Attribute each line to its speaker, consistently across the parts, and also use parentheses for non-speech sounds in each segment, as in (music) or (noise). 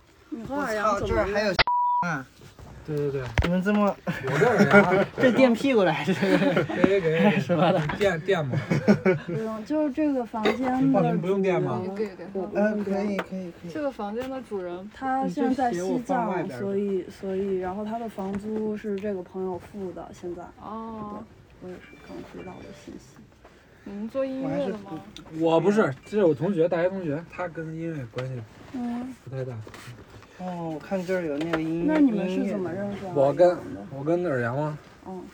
Speaker 1: 河嗯
Speaker 2: 我
Speaker 1: 二
Speaker 2: 操，
Speaker 1: 阳怎
Speaker 2: 这
Speaker 1: 么
Speaker 2: 儿还
Speaker 1: 了？
Speaker 2: 有 (laughs) 啊！
Speaker 3: 对对对，
Speaker 2: 你们这么
Speaker 3: 我这儿呢啊，
Speaker 2: 这垫屁股来着？
Speaker 3: 给给给，什么的，垫垫吧，
Speaker 1: 不用，就是这个房间
Speaker 3: 报
Speaker 1: 的
Speaker 3: 名不用垫吗
Speaker 1: 主人
Speaker 4: 给给
Speaker 1: 我
Speaker 4: 他。
Speaker 1: 不
Speaker 2: (laughs) 嗯，
Speaker 1: 用
Speaker 2: 可
Speaker 1: 垫
Speaker 2: 以可以可以。
Speaker 4: 这个房间的主人，
Speaker 1: 他
Speaker 2: 你
Speaker 1: 现
Speaker 2: 这
Speaker 1: 在在
Speaker 2: 鞋我
Speaker 1: 西
Speaker 2: 放外
Speaker 1: 藏，
Speaker 2: 边儿
Speaker 1: 所
Speaker 2: 吧
Speaker 1: 以所以，然后他的房租是这个朋友付的。现在
Speaker 4: 哦，
Speaker 1: 我也是刚知道的信息。
Speaker 4: 你们做音
Speaker 2: 我还
Speaker 4: 乐
Speaker 2: 是
Speaker 4: 的吗？
Speaker 3: 我不是，这是我同学，大学同学，他跟音乐关系
Speaker 1: 嗯，
Speaker 3: 不太大。
Speaker 2: 哦，我看这儿有那个音乐。
Speaker 1: 那你们
Speaker 2: 音
Speaker 1: 是
Speaker 2: 乐
Speaker 1: 怎么
Speaker 2: 的
Speaker 1: 认识啊？
Speaker 3: 我跟
Speaker 1: 的
Speaker 3: 我跟尔阳吗？
Speaker 1: 嗯，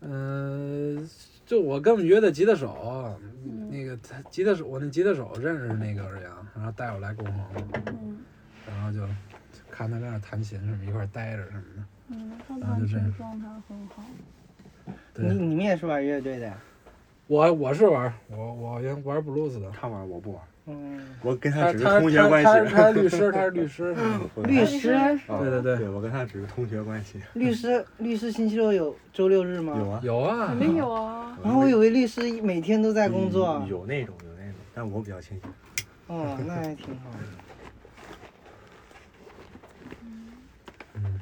Speaker 3: 嗯、就我跟我们约的吉他手，
Speaker 1: 嗯
Speaker 3: 那个他吉他手，我那吉他手认识那个尔阳，然后带我来共航，
Speaker 1: 嗯
Speaker 3: 然后就看他在那儿弹琴什么，一块儿待着什么的。
Speaker 1: 嗯，他
Speaker 2: 啊
Speaker 3: 然后
Speaker 1: 弹
Speaker 3: 就这
Speaker 1: 琴
Speaker 3: 样
Speaker 1: 状态很好。
Speaker 3: 对，
Speaker 2: 你你们也是玩乐队的呀？
Speaker 3: 我我是玩我我原玩布鲁斯的，
Speaker 5: 他玩我不玩，
Speaker 2: 嗯，
Speaker 5: 我跟
Speaker 3: 他
Speaker 5: 他只是
Speaker 3: 他
Speaker 5: 同学
Speaker 3: 他
Speaker 5: 关
Speaker 3: 他
Speaker 5: 系。
Speaker 3: 他是律师，他是律师，
Speaker 2: 律
Speaker 5: 师，
Speaker 2: 师
Speaker 5: 啊
Speaker 3: 对对对
Speaker 5: 对，我跟他只是同学关系。
Speaker 2: 律师律师星期六有周六日吗？
Speaker 5: 有。啊，
Speaker 3: 有啊
Speaker 4: 肯，定
Speaker 3: (laughs)
Speaker 4: 有啊，
Speaker 2: 然后我以为律师每天都在工作。啊
Speaker 5: 嗯有那种有那种，但我比较清醒。
Speaker 2: 哦，那还挺好的。 (laughs)
Speaker 3: 嗯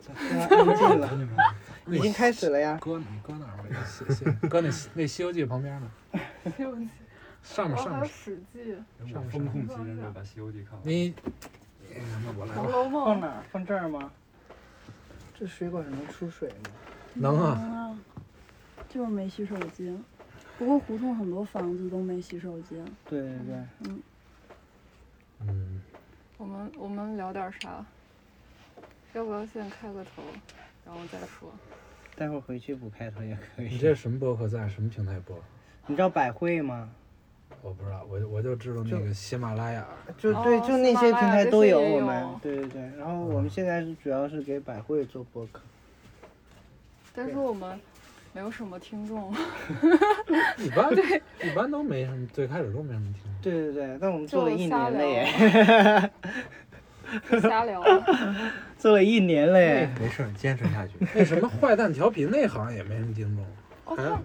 Speaker 2: 咋突然安静了？嗯
Speaker 3: 那
Speaker 2: (laughs) 已经开始了呀。
Speaker 3: 搁你搁哪儿吧？写写搁那那《西游记》旁边呢，
Speaker 4: 对不起。
Speaker 3: 上面
Speaker 4: 然后
Speaker 3: 上
Speaker 4: 还有
Speaker 3: 面
Speaker 4: 《史记
Speaker 3: 上
Speaker 6: 我
Speaker 3: 面
Speaker 6: 风控级人格把《西游记》看完。
Speaker 3: 你，哎那我》来
Speaker 4: 《红
Speaker 3: 吧，
Speaker 4: 楼
Speaker 2: 放
Speaker 4: 梦》，
Speaker 2: 哪儿？放这儿吗？哦这水管能出水吗？
Speaker 3: 能啊，
Speaker 1: 啊，就是没洗手间。不过胡同很多房子都没洗手间。
Speaker 2: 对对对，
Speaker 3: 嗯，
Speaker 4: 我们我们聊点啥？要不要先开个头，然后再说？
Speaker 2: 待会儿回去补开头也可
Speaker 3: 你
Speaker 2: 以。
Speaker 3: 这什么博客在什么平台播？
Speaker 2: 你知道百汇吗？
Speaker 3: 我不知道，我我就知道那
Speaker 2: 就
Speaker 3: 个喜马拉雅，
Speaker 2: 就
Speaker 4: 哦
Speaker 2: 对，就那些平台都有我
Speaker 4: 喜马拉雅这些也
Speaker 2: 们对对
Speaker 4: 有。
Speaker 2: 对，然后我们现在是主要是给百汇做播客。
Speaker 4: 但是我们没有什么听众，
Speaker 3: 一般一般都没什么，最开始都没什么听。
Speaker 2: 对对对，但我们做了
Speaker 4: 就
Speaker 2: 一
Speaker 4: 瞎
Speaker 2: 年了耶，
Speaker 4: 聊，啊就瞎聊。啊
Speaker 2: (laughs) 做了一年了耶。
Speaker 5: 没事儿，你坚持下去。
Speaker 3: 那什么坏蛋调皮那好像也没什么听众，
Speaker 4: 哦
Speaker 3: 哎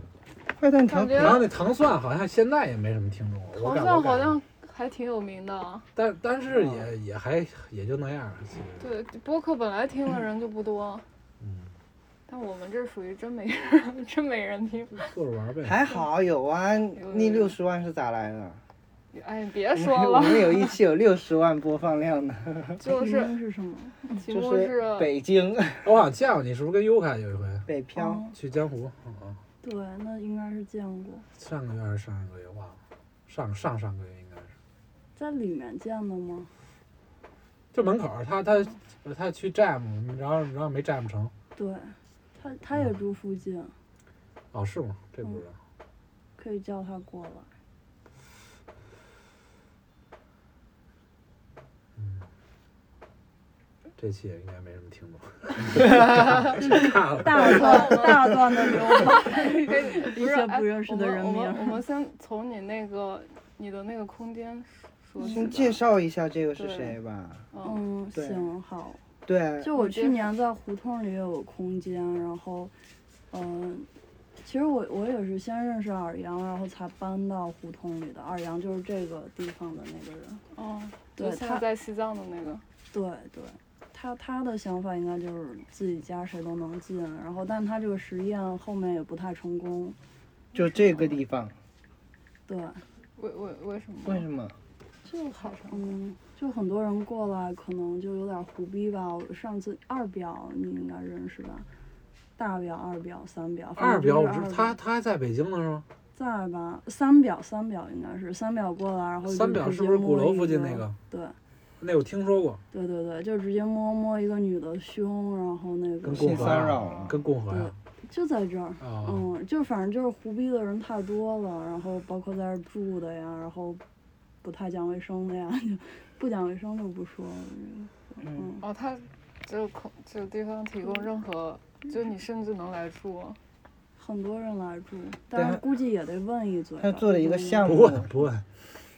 Speaker 2: 坏蛋调
Speaker 4: 感
Speaker 2: 皮，
Speaker 4: 觉
Speaker 3: 然后那糖蒜好像现在也没什么听众，我感
Speaker 4: 唐蒜
Speaker 3: 我
Speaker 4: 好
Speaker 3: 感觉，
Speaker 4: 像还挺有名的，啊
Speaker 3: 但但是也也还也就那样。其实
Speaker 4: 对，播客本来听的人就不多，
Speaker 5: 嗯，
Speaker 4: 但我们这属于真没人， (laughs) 真没人听。
Speaker 3: 坐着玩儿呗。
Speaker 2: 还好有啊，那六十万是咋来的？
Speaker 4: 哎，别说
Speaker 2: 我
Speaker 4: 了，
Speaker 2: 们有一期有六十万播放量呢，
Speaker 4: 就
Speaker 1: 题 (laughs)
Speaker 4: 是
Speaker 1: 目是什么？
Speaker 4: 题
Speaker 2: 就
Speaker 4: 目是哦
Speaker 2: 是北京
Speaker 3: 我好像见过你，是不是跟优凯有一回
Speaker 2: 北漂。
Speaker 1: 哦
Speaker 3: 去江湖？嗯嗯，
Speaker 1: 对，那应该是见过，
Speaker 3: 上个月还是上上个月忘了，上上上个月应该是。
Speaker 1: 在里面见的吗？
Speaker 3: 就门口儿，他他他去 jam，然后然后没 jam 成。
Speaker 1: 对，他他也住附近，
Speaker 3: 哦，是吗？这不知道。
Speaker 1: 可以叫他过来。
Speaker 3: 这期也应该没什么听众。看了。
Speaker 1: 大段大段的流氓，
Speaker 4: 不是
Speaker 1: 些
Speaker 4: 哎
Speaker 1: 不认识
Speaker 4: 我
Speaker 1: 的
Speaker 4: 们
Speaker 1: 人
Speaker 4: 我
Speaker 1: 名 (laughs)
Speaker 4: 们我
Speaker 1: 儿。
Speaker 4: 们先从你那个你的那个空间说起
Speaker 2: 先
Speaker 4: 吧
Speaker 2: 介绍一下这个是
Speaker 4: 对
Speaker 2: 谁吧。
Speaker 4: 嗯，
Speaker 1: 嗯，
Speaker 2: 对
Speaker 1: 行好。
Speaker 2: 对，
Speaker 1: 就我
Speaker 4: 你
Speaker 1: 去
Speaker 4: 介
Speaker 1: 年在胡同里有空间，然后，嗯，其实我我也是先认识尔阳，然后才搬到胡同里的。尔阳就是这个地方的那个人。
Speaker 4: 哦，
Speaker 1: 对
Speaker 4: 就现
Speaker 1: 他
Speaker 4: 在在西藏的那个，
Speaker 1: 对对，他他的想法应该就是自己家谁都能进，然后但他这个实验后面也不太成功。
Speaker 2: 就这个地方，
Speaker 1: 对，
Speaker 4: 为为为什么？
Speaker 2: 为什么？
Speaker 1: 就好，嗯，就很多人过来，可能就有点胡逼吧。我上次二表你应该认识吧？大表、二表、三表，反
Speaker 3: 二
Speaker 1: 正
Speaker 3: 表，
Speaker 1: 就是
Speaker 3: 我知
Speaker 1: 二
Speaker 3: 道他他还在北京呢是吗？
Speaker 1: 在吧？三表，三表应该是三表过来，然后哦就
Speaker 3: 三表
Speaker 1: 直
Speaker 3: 是
Speaker 1: 接
Speaker 3: 不是鼓
Speaker 1: 摸
Speaker 3: 楼
Speaker 1: 一
Speaker 3: 附近那个？
Speaker 1: 对
Speaker 3: 那我听说过，
Speaker 1: 对对对，就直接摸摸一个女的胸，然后那个
Speaker 3: 跟共
Speaker 2: 性
Speaker 3: 和
Speaker 2: 骚
Speaker 3: 呀
Speaker 2: 扰了。
Speaker 3: 跟共和呀。
Speaker 1: 就在这儿。
Speaker 3: 啊。
Speaker 1: 嗯，就反正就是胡逼的人太多了，然后包括在这儿住的呀，然后不太讲卫生的呀， (laughs) 就不讲卫生就不说了。
Speaker 2: 嗯，
Speaker 4: 哦，他就空这个地方提
Speaker 1: 嗯
Speaker 4: 供任何，就你甚至能来住。啊
Speaker 1: 很多人来住，
Speaker 2: 对
Speaker 1: 但
Speaker 2: 他
Speaker 1: 是估计也得问一嘴吧。
Speaker 2: 他做了一个
Speaker 1: 嗯
Speaker 2: 项
Speaker 3: 不
Speaker 2: 目，
Speaker 3: 问不问，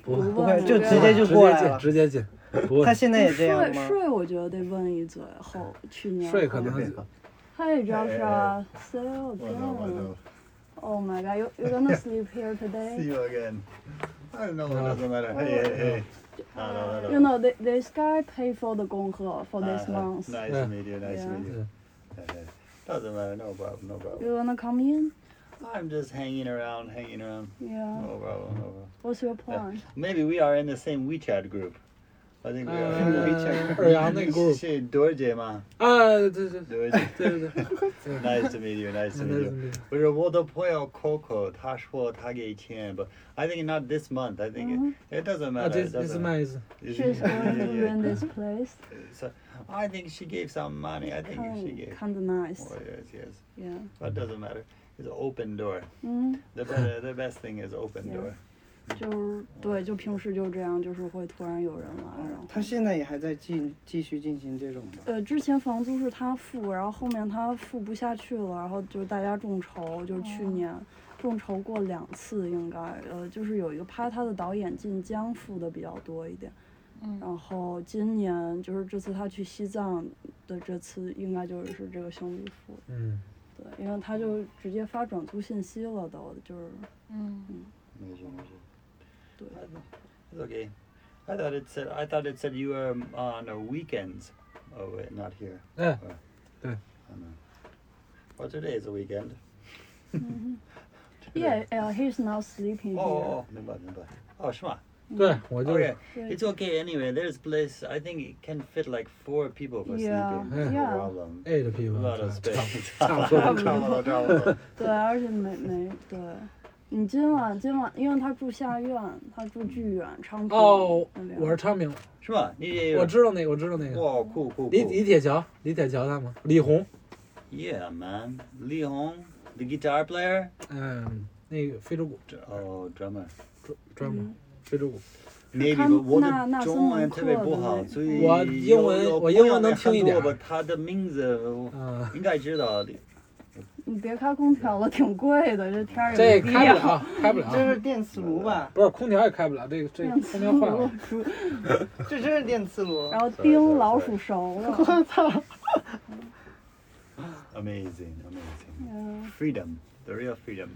Speaker 1: 不
Speaker 2: 不
Speaker 1: 问
Speaker 2: 会，就
Speaker 4: 对
Speaker 2: 直接就过来了。
Speaker 3: 直接进，直接进，不
Speaker 2: 他
Speaker 3: 问。
Speaker 2: 现在也这样
Speaker 1: 税
Speaker 2: 吗？
Speaker 1: 税，我觉得得问一嘴。后去年
Speaker 3: 税可
Speaker 1: 后
Speaker 3: 能
Speaker 1: 他也知道是啊。See you again. Oh my god, you you're gonna sleep here today?
Speaker 7: you again. I don't know
Speaker 3: No.
Speaker 7: what doesn't matter.
Speaker 1: Oh.
Speaker 7: Hey, hey, hey. No, no, no, no.
Speaker 1: You know, th- this guy paid for the Gonghe for Oh, this
Speaker 7: Uh, uh,
Speaker 1: month.
Speaker 7: Nice
Speaker 3: Yeah.
Speaker 7: to meet you. Nice to
Speaker 1: Yeah.
Speaker 7: meet you. Uh, uh, Doesn't matter. No problem. No problem.
Speaker 1: You wanna come in?
Speaker 7: I'm just hanging around, hanging around.
Speaker 1: Yeah.
Speaker 7: No problem. No problem.
Speaker 1: What's your plan?
Speaker 7: Maybe we are in the same WeChat group. I think we are in the WeChat
Speaker 3: 二阳那
Speaker 7: (laughs) group.
Speaker 3: group
Speaker 7: 是 Dorje 吗？
Speaker 3: 啊，对对对 (laughs)
Speaker 7: Dorje.
Speaker 3: 对对，
Speaker 7: Nice to meet you. Nice to meet you. 不是我的朋友 Coco，他说他给钱不，I think not this month. I think
Speaker 1: Mm-hmm.
Speaker 7: it- it doesn't
Speaker 3: 啊，
Speaker 7: matter.
Speaker 3: 这
Speaker 7: it
Speaker 3: 这是
Speaker 7: doesn't matter.
Speaker 3: 麦子，
Speaker 7: It's-
Speaker 1: Uh-huh. She's going to
Speaker 7: (laughs) yeah,
Speaker 1: win
Speaker 7: yeah.
Speaker 1: this place.
Speaker 7: So I think she gave some money. I think she
Speaker 1: Kind,
Speaker 7: gave.
Speaker 1: kind of nice.
Speaker 7: Oh, yes, yes.
Speaker 1: Yeah.
Speaker 7: But doesn't matter. It's an open door.
Speaker 1: 嗯，
Speaker 7: The better,
Speaker 1: (laughs)
Speaker 7: the best thing is open
Speaker 1: Yeah.
Speaker 7: door.
Speaker 1: 就是对，就平时就这样，就是会突然有人来，然后。
Speaker 2: 他现在也还在进继续进行这种吗？
Speaker 1: 呃，之前房租是他付，然后后面他付不下去了，然后就是大家众筹，就是去年众筹过两次，应该呃，就是有一个拍他的导演晋江付的比较多一点，
Speaker 4: 嗯，
Speaker 1: 然后今年就是这次他去西藏的这次，应该就是这个兄弟付的，
Speaker 3: 嗯，
Speaker 1: 对，因为他就直接发转租信息了都，就是
Speaker 4: 嗯，
Speaker 7: 没事没事。
Speaker 1: 对
Speaker 7: It's okay. I thought it said. I thought it said you were um, on the weekends. Oh wait, not here.
Speaker 3: 哎，
Speaker 7: I know. Well, today is a weekend.
Speaker 1: ，Yeah, uh, he's not sleeping here.
Speaker 7: Oh, oh, oh. 明白明白. Oh, 是吗？
Speaker 3: 对我就是
Speaker 7: Okay,
Speaker 1: 对
Speaker 7: it's okay anyway. There's place. I think it can fit like four people for
Speaker 1: Yeah,
Speaker 7: sleeping. No
Speaker 1: yeah.
Speaker 7: problem. (laughs)
Speaker 3: A 的屁
Speaker 7: A
Speaker 3: 股，
Speaker 7: lot of space.
Speaker 3: (laughs) 差不多，
Speaker 7: 差不多，差不多。
Speaker 1: 对，而且没没对，你今晚今晚，因为他住下院，他住巨远昌 (laughs) 平
Speaker 3: 哦
Speaker 1: 那边，
Speaker 3: 我是昌平，
Speaker 7: 是吧？你也有。
Speaker 3: 我知道那个，我知道那个，
Speaker 7: 哇，酷酷酷。
Speaker 3: 李李铁桥，李铁桥他们，李红，
Speaker 7: Yeah, man. Lee Hong, the guitar player.
Speaker 3: 嗯，那个非洲鼓
Speaker 7: Dr- Oh, drummer.
Speaker 3: 专专门非洲鼓，
Speaker 7: Maybe
Speaker 1: 他
Speaker 7: 我我
Speaker 1: 那
Speaker 7: 的
Speaker 1: 那
Speaker 7: 中
Speaker 1: 森
Speaker 7: 文
Speaker 1: 林
Speaker 7: 特
Speaker 1: 课
Speaker 7: 别
Speaker 1: 的
Speaker 7: 不
Speaker 1: 那
Speaker 7: 好，
Speaker 1: 个
Speaker 7: 所以
Speaker 3: 我英文我英文能听一点儿
Speaker 7: 我他的名字我
Speaker 3: 嗯，
Speaker 7: 应该知道的。
Speaker 1: 你别开空调了，挺贵的，这天儿
Speaker 3: 这
Speaker 1: 也没必
Speaker 3: 开不
Speaker 1: 要。
Speaker 3: 了，开不了，
Speaker 2: 这是电磁炉吧？
Speaker 3: 不是空调也开不了，这个这个空调坏了，
Speaker 2: 这真是电磁炉
Speaker 1: 然。后叮老鼠熟了，
Speaker 7: Amazing, amazing.
Speaker 1: 嗯
Speaker 7: Freedom, the real freedom.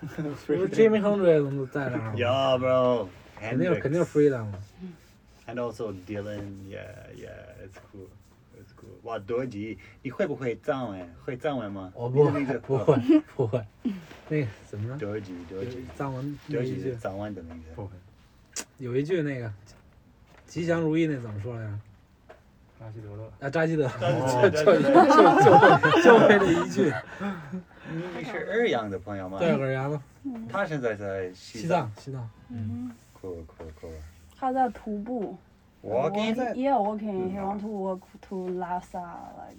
Speaker 3: 不是 Jimmy Hendrix 怎么在这儿吗？
Speaker 7: Yeah, bro.
Speaker 3: 肯定
Speaker 7: Hendrix.
Speaker 3: 肯定是 Freedom，
Speaker 7: And also Dylan. Yeah, yeah. It's cool. It's cool. 哇，多吉，你会不会藏文？会藏文吗？
Speaker 3: 我不
Speaker 7: 你
Speaker 3: 会
Speaker 7: 的名字
Speaker 3: 不。会不会，那个怎么着？
Speaker 7: 多吉，多吉，
Speaker 3: 藏文有
Speaker 7: 多
Speaker 3: 一
Speaker 7: 吉是
Speaker 3: 句
Speaker 7: 藏文的名字。(laughs)
Speaker 5: 不会，
Speaker 3: 有一句那个吉祥如意那怎么说来着？
Speaker 6: 巴西德勒，
Speaker 3: 啊，扎基德，
Speaker 7: 哦
Speaker 3: 就就
Speaker 7: 对对
Speaker 3: 就
Speaker 7: 对
Speaker 3: (laughs) 就会这一句，
Speaker 7: 你你是二阳的朋友吗？
Speaker 3: 对，耳牙了，
Speaker 7: 他现在在西
Speaker 3: 西。藏西藏，
Speaker 1: 嗯，
Speaker 7: Cool, cool, cool.
Speaker 1: 他在徒步
Speaker 7: Walking.
Speaker 1: Yeah,
Speaker 7: 嗯
Speaker 1: walking. He want to walk to Lhasa, like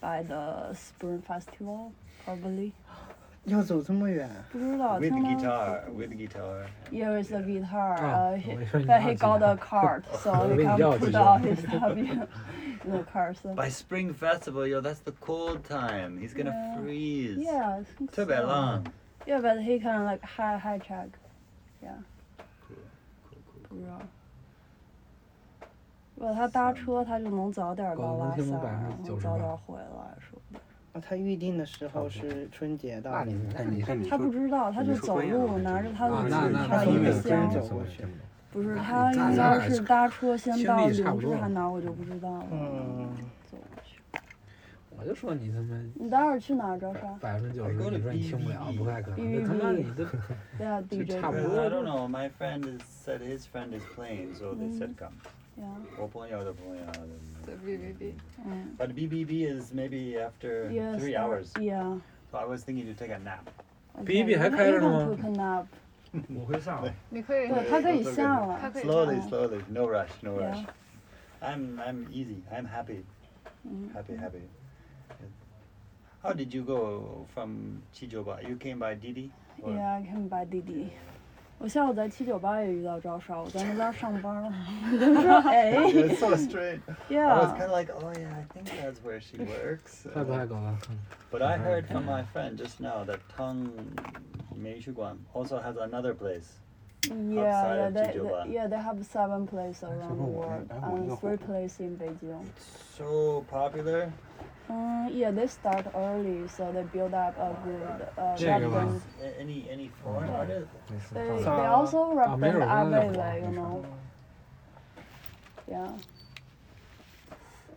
Speaker 1: by the spring festival, probably.
Speaker 2: 要走这么远？啊
Speaker 1: 不知道，
Speaker 7: With
Speaker 1: 听他
Speaker 7: guitar, with guitar.
Speaker 1: Yeah, it's a guitar.
Speaker 3: Ah,
Speaker 1: Uh,
Speaker 3: oh,
Speaker 1: he,
Speaker 3: it's really
Speaker 1: but he
Speaker 3: hard to
Speaker 1: got
Speaker 3: (laughs)
Speaker 1: a card, so
Speaker 3: Really
Speaker 1: he
Speaker 3: hard
Speaker 1: can
Speaker 3: (laughs) to
Speaker 1: put
Speaker 3: do.
Speaker 1: all his stuff (laughs) in the car. So
Speaker 7: By spring festival, yo, that's the cold time. He's gonna
Speaker 1: Yeah.
Speaker 7: freeze.
Speaker 1: yeah, I think
Speaker 7: Too bad
Speaker 1: so.
Speaker 7: long.
Speaker 1: Yeah, but he can like high high check. Yeah. Cool. 如果他搭车，他就能早点到
Speaker 3: 搞得能
Speaker 1: 拉
Speaker 3: 听
Speaker 1: 萨，
Speaker 3: 懂
Speaker 1: 然后
Speaker 3: 98%
Speaker 1: 早点回来，说不定。
Speaker 2: 那啊他预定的时候是春节到。
Speaker 5: 那你那你看你
Speaker 1: 他
Speaker 5: 说
Speaker 1: 不知道，他就走路，拿着他的
Speaker 3: 啊
Speaker 1: 吉
Speaker 3: 那那
Speaker 1: 他
Speaker 3: 那
Speaker 1: 一
Speaker 3: 那
Speaker 1: 个
Speaker 2: 那
Speaker 1: 箱
Speaker 2: 那。
Speaker 1: 不是他
Speaker 3: 那
Speaker 1: 应
Speaker 3: 那
Speaker 1: 该是搭车先
Speaker 3: 兄
Speaker 1: 到
Speaker 3: 弟差
Speaker 1: 林
Speaker 3: 不
Speaker 1: 芝
Speaker 3: 多
Speaker 1: 还哪儿，我就不知道了。
Speaker 2: 嗯，
Speaker 1: 走过去。
Speaker 3: 我就说你他妈
Speaker 1: 你待会儿去哪儿？招商？
Speaker 3: 百分之九十，你说你听不了，不太可能，这他妈你这
Speaker 1: 对啊
Speaker 3: 就
Speaker 1: ，DJ
Speaker 3: 差不
Speaker 7: Well,
Speaker 3: 多
Speaker 7: I don't know. My friend is, said his friend is playing, so they said come.
Speaker 1: 呀，
Speaker 7: 我朋友的朋友的
Speaker 4: 对 B B B，
Speaker 1: 嗯
Speaker 7: But BBB is maybe after
Speaker 1: ，Yes,
Speaker 7: three hours.
Speaker 1: Yeah.
Speaker 7: So I was thinking to take a nap.
Speaker 3: BB 还开着呢吗
Speaker 1: o k nap.
Speaker 6: 我会上。
Speaker 4: 你可以，
Speaker 1: 对，它可以下
Speaker 4: 它
Speaker 1: 了。
Speaker 4: 可以
Speaker 7: Slowly,
Speaker 1: Oh.
Speaker 7: slowly. No rush, no
Speaker 1: Yeah.
Speaker 7: rush. I'm, I'm easy. I'm happy.
Speaker 1: 嗯
Speaker 7: Happy, happy. How did you go from Chijoba? You came by Didi? Or-
Speaker 1: ，Yeah, I can buy 滴滴。我下午在七九八也遇到招商，我在那边上班
Speaker 7: (laughs)
Speaker 1: 了。我就说，哎
Speaker 7: It's so strange. I was
Speaker 1: ，Yeah，
Speaker 7: kind of like, oh yeah, I think that's where she (laughs) works.
Speaker 3: 太不太搞了。
Speaker 7: But I heard from my friend just now that Tang Meishuguan also has another place. outside
Speaker 1: yeah, yeah,
Speaker 7: of
Speaker 1: they,
Speaker 7: Chijoba.
Speaker 1: they, yeah, they have seven places around
Speaker 5: 什
Speaker 1: the
Speaker 5: 么我
Speaker 1: world Uh,
Speaker 5: 哎我那
Speaker 1: and three
Speaker 5: 个
Speaker 1: places in Beijing.
Speaker 7: So popular.
Speaker 1: 嗯，Yeah, they start early, so they build up a good uh,
Speaker 3: 这个吧
Speaker 1: reference
Speaker 7: A- Any any foreign artist?
Speaker 1: They, they
Speaker 2: 啊
Speaker 1: also
Speaker 3: 啊没
Speaker 1: represent
Speaker 3: 有
Speaker 1: a
Speaker 3: 那
Speaker 1: v
Speaker 3: 个
Speaker 1: e y you know.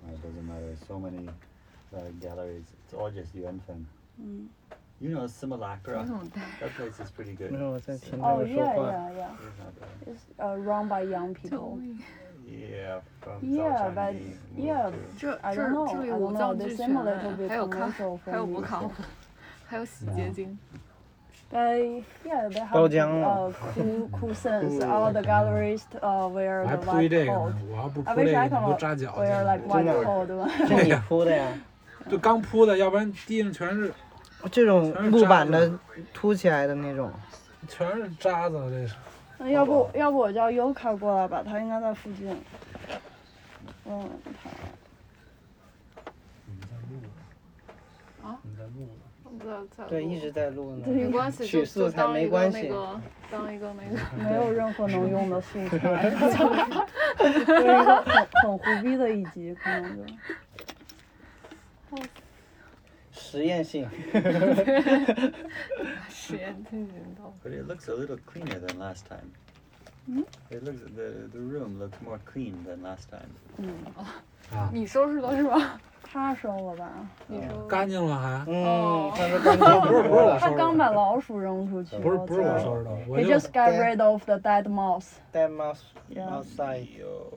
Speaker 7: there's so many uh, galleries. It's all just Yuanfen.
Speaker 1: 嗯，
Speaker 7: You
Speaker 4: 传
Speaker 7: know Simulacra?
Speaker 4: 统带
Speaker 7: That place is pretty good.
Speaker 2: 没有我在听他
Speaker 1: 哦
Speaker 2: 们说
Speaker 1: Oh, ，yeah
Speaker 2: 话。
Speaker 1: yeah yeah，
Speaker 7: It's not bad.
Speaker 1: it's uh run by young
Speaker 4: 救
Speaker 1: people。
Speaker 4: 命！
Speaker 7: Yeah, from
Speaker 1: Yeah,
Speaker 7: Zhaoshan
Speaker 1: but
Speaker 7: we moved
Speaker 1: yeah,
Speaker 7: to-
Speaker 4: 这
Speaker 1: I
Speaker 4: 这
Speaker 1: don't know.
Speaker 4: 这里
Speaker 1: I
Speaker 4: 五
Speaker 1: don't
Speaker 4: 脏
Speaker 1: know.
Speaker 4: 俱
Speaker 1: They
Speaker 4: 全
Speaker 1: seem a little
Speaker 4: 啊，
Speaker 1: bit
Speaker 4: 还有康，
Speaker 1: commercial
Speaker 4: 还有
Speaker 1: from
Speaker 4: 补
Speaker 1: East. (laughs)
Speaker 4: 考，还有洗
Speaker 2: 嗯
Speaker 4: 洁
Speaker 1: 嗯
Speaker 4: 精。
Speaker 1: They yeah
Speaker 3: (laughs)
Speaker 1: they have
Speaker 2: Bao
Speaker 3: 啊
Speaker 2: Jiang
Speaker 1: uh cool cool sense. All the galleries uh wear
Speaker 3: 我
Speaker 1: the
Speaker 3: 还铺一
Speaker 1: white
Speaker 3: 这个
Speaker 1: coat.
Speaker 3: 呢，我要不铺
Speaker 1: 啊
Speaker 3: 这
Speaker 1: 为
Speaker 3: 个，
Speaker 1: 啥
Speaker 3: 你
Speaker 1: 看
Speaker 3: 不
Speaker 1: 我
Speaker 3: 扎脚
Speaker 1: Wear like
Speaker 3: 去吗？
Speaker 1: white
Speaker 2: 真的
Speaker 1: coat (laughs) 吗？
Speaker 2: 这你铺的呀？
Speaker 3: 就刚铺的，要不然地上全是
Speaker 2: 这种木板的凸起来的那种，
Speaker 3: 全是渣子，啊这是。
Speaker 1: 那要不要不我叫 Yuka 过来吧，他应该在附近。嗯问问他。
Speaker 6: 你在录呢。
Speaker 4: 在在
Speaker 2: 对，一直在录呢。
Speaker 4: 没关系，
Speaker 2: 取
Speaker 4: 就
Speaker 2: 素
Speaker 4: 就
Speaker 2: 材
Speaker 4: 当
Speaker 2: 没
Speaker 4: 一
Speaker 2: 关
Speaker 4: 个
Speaker 2: 系
Speaker 4: 那。个当一个那个。
Speaker 1: 没有任何能用的素
Speaker 3: (laughs)
Speaker 1: 材，就是一个很很胡逼的一集，可能就
Speaker 2: 实验性，
Speaker 4: 实验进行到
Speaker 7: But it looks a little cleaner than last time.
Speaker 1: Hmm?
Speaker 7: It looks the the room looks more clean than last time.
Speaker 4: 你收拾的是吧？
Speaker 1: 他收了吧。
Speaker 4: 你收
Speaker 3: 干净了还？
Speaker 2: 嗯
Speaker 4: 哦，
Speaker 2: 他
Speaker 4: (laughs)
Speaker 2: 说感觉
Speaker 3: 不是不是我
Speaker 1: 他
Speaker 3: 收拾
Speaker 1: 刚
Speaker 3: 的，
Speaker 1: 把老鼠扔出去。
Speaker 3: 不是不是我
Speaker 1: 操
Speaker 3: 收拾的，我
Speaker 1: He
Speaker 3: 就
Speaker 1: just got rid of the dead mouse.
Speaker 2: 带 mouse
Speaker 1: Yeah.
Speaker 2: outside，
Speaker 7: Yo.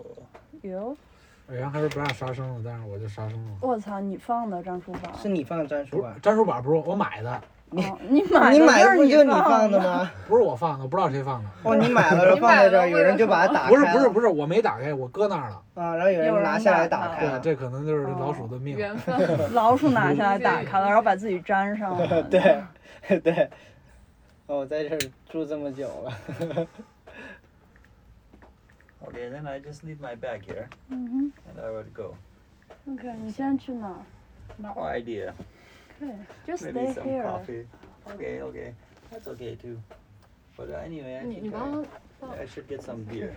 Speaker 1: You？
Speaker 3: 原还是不让杀生的，但是我就杀生了。
Speaker 1: 我操，你放的战术板？
Speaker 2: 是你放的战术
Speaker 3: 不是
Speaker 2: 吧？
Speaker 3: 粘鼠板不是我买的，
Speaker 1: 哦你买
Speaker 2: (laughs) 你买
Speaker 1: 的
Speaker 2: 的不
Speaker 1: 是
Speaker 2: 就你
Speaker 1: 放
Speaker 2: 放的？吗？
Speaker 3: 不是我放的，不知道谁放的。
Speaker 2: 哦，你买了，然后放在这儿，有人就把它打开
Speaker 3: 不是不是
Speaker 2: 了
Speaker 3: 不是，我没打开，我搁那儿了。
Speaker 2: 啊，然后有人拿下来打开
Speaker 3: 对，
Speaker 2: 了。
Speaker 3: 这可能就是这老鼠的命。
Speaker 4: 缘分。
Speaker 2: (laughs)
Speaker 1: 老鼠拿下来打开了，然后把自己粘上了。
Speaker 2: 对 (laughs) 对，哦我在这儿住这么久了，
Speaker 7: Okay, then I just leave my bag here
Speaker 1: 嗯
Speaker 7: and I would go.
Speaker 1: 哼，OK，你现在去哪儿
Speaker 7: No idea.
Speaker 1: ？Just stay
Speaker 7: Maybe some
Speaker 1: here.
Speaker 7: coffee. Okay, okay. That's okay too. But anyway, I
Speaker 4: 你你
Speaker 7: think
Speaker 4: 帮
Speaker 7: I,
Speaker 4: 他
Speaker 7: I should get some beer.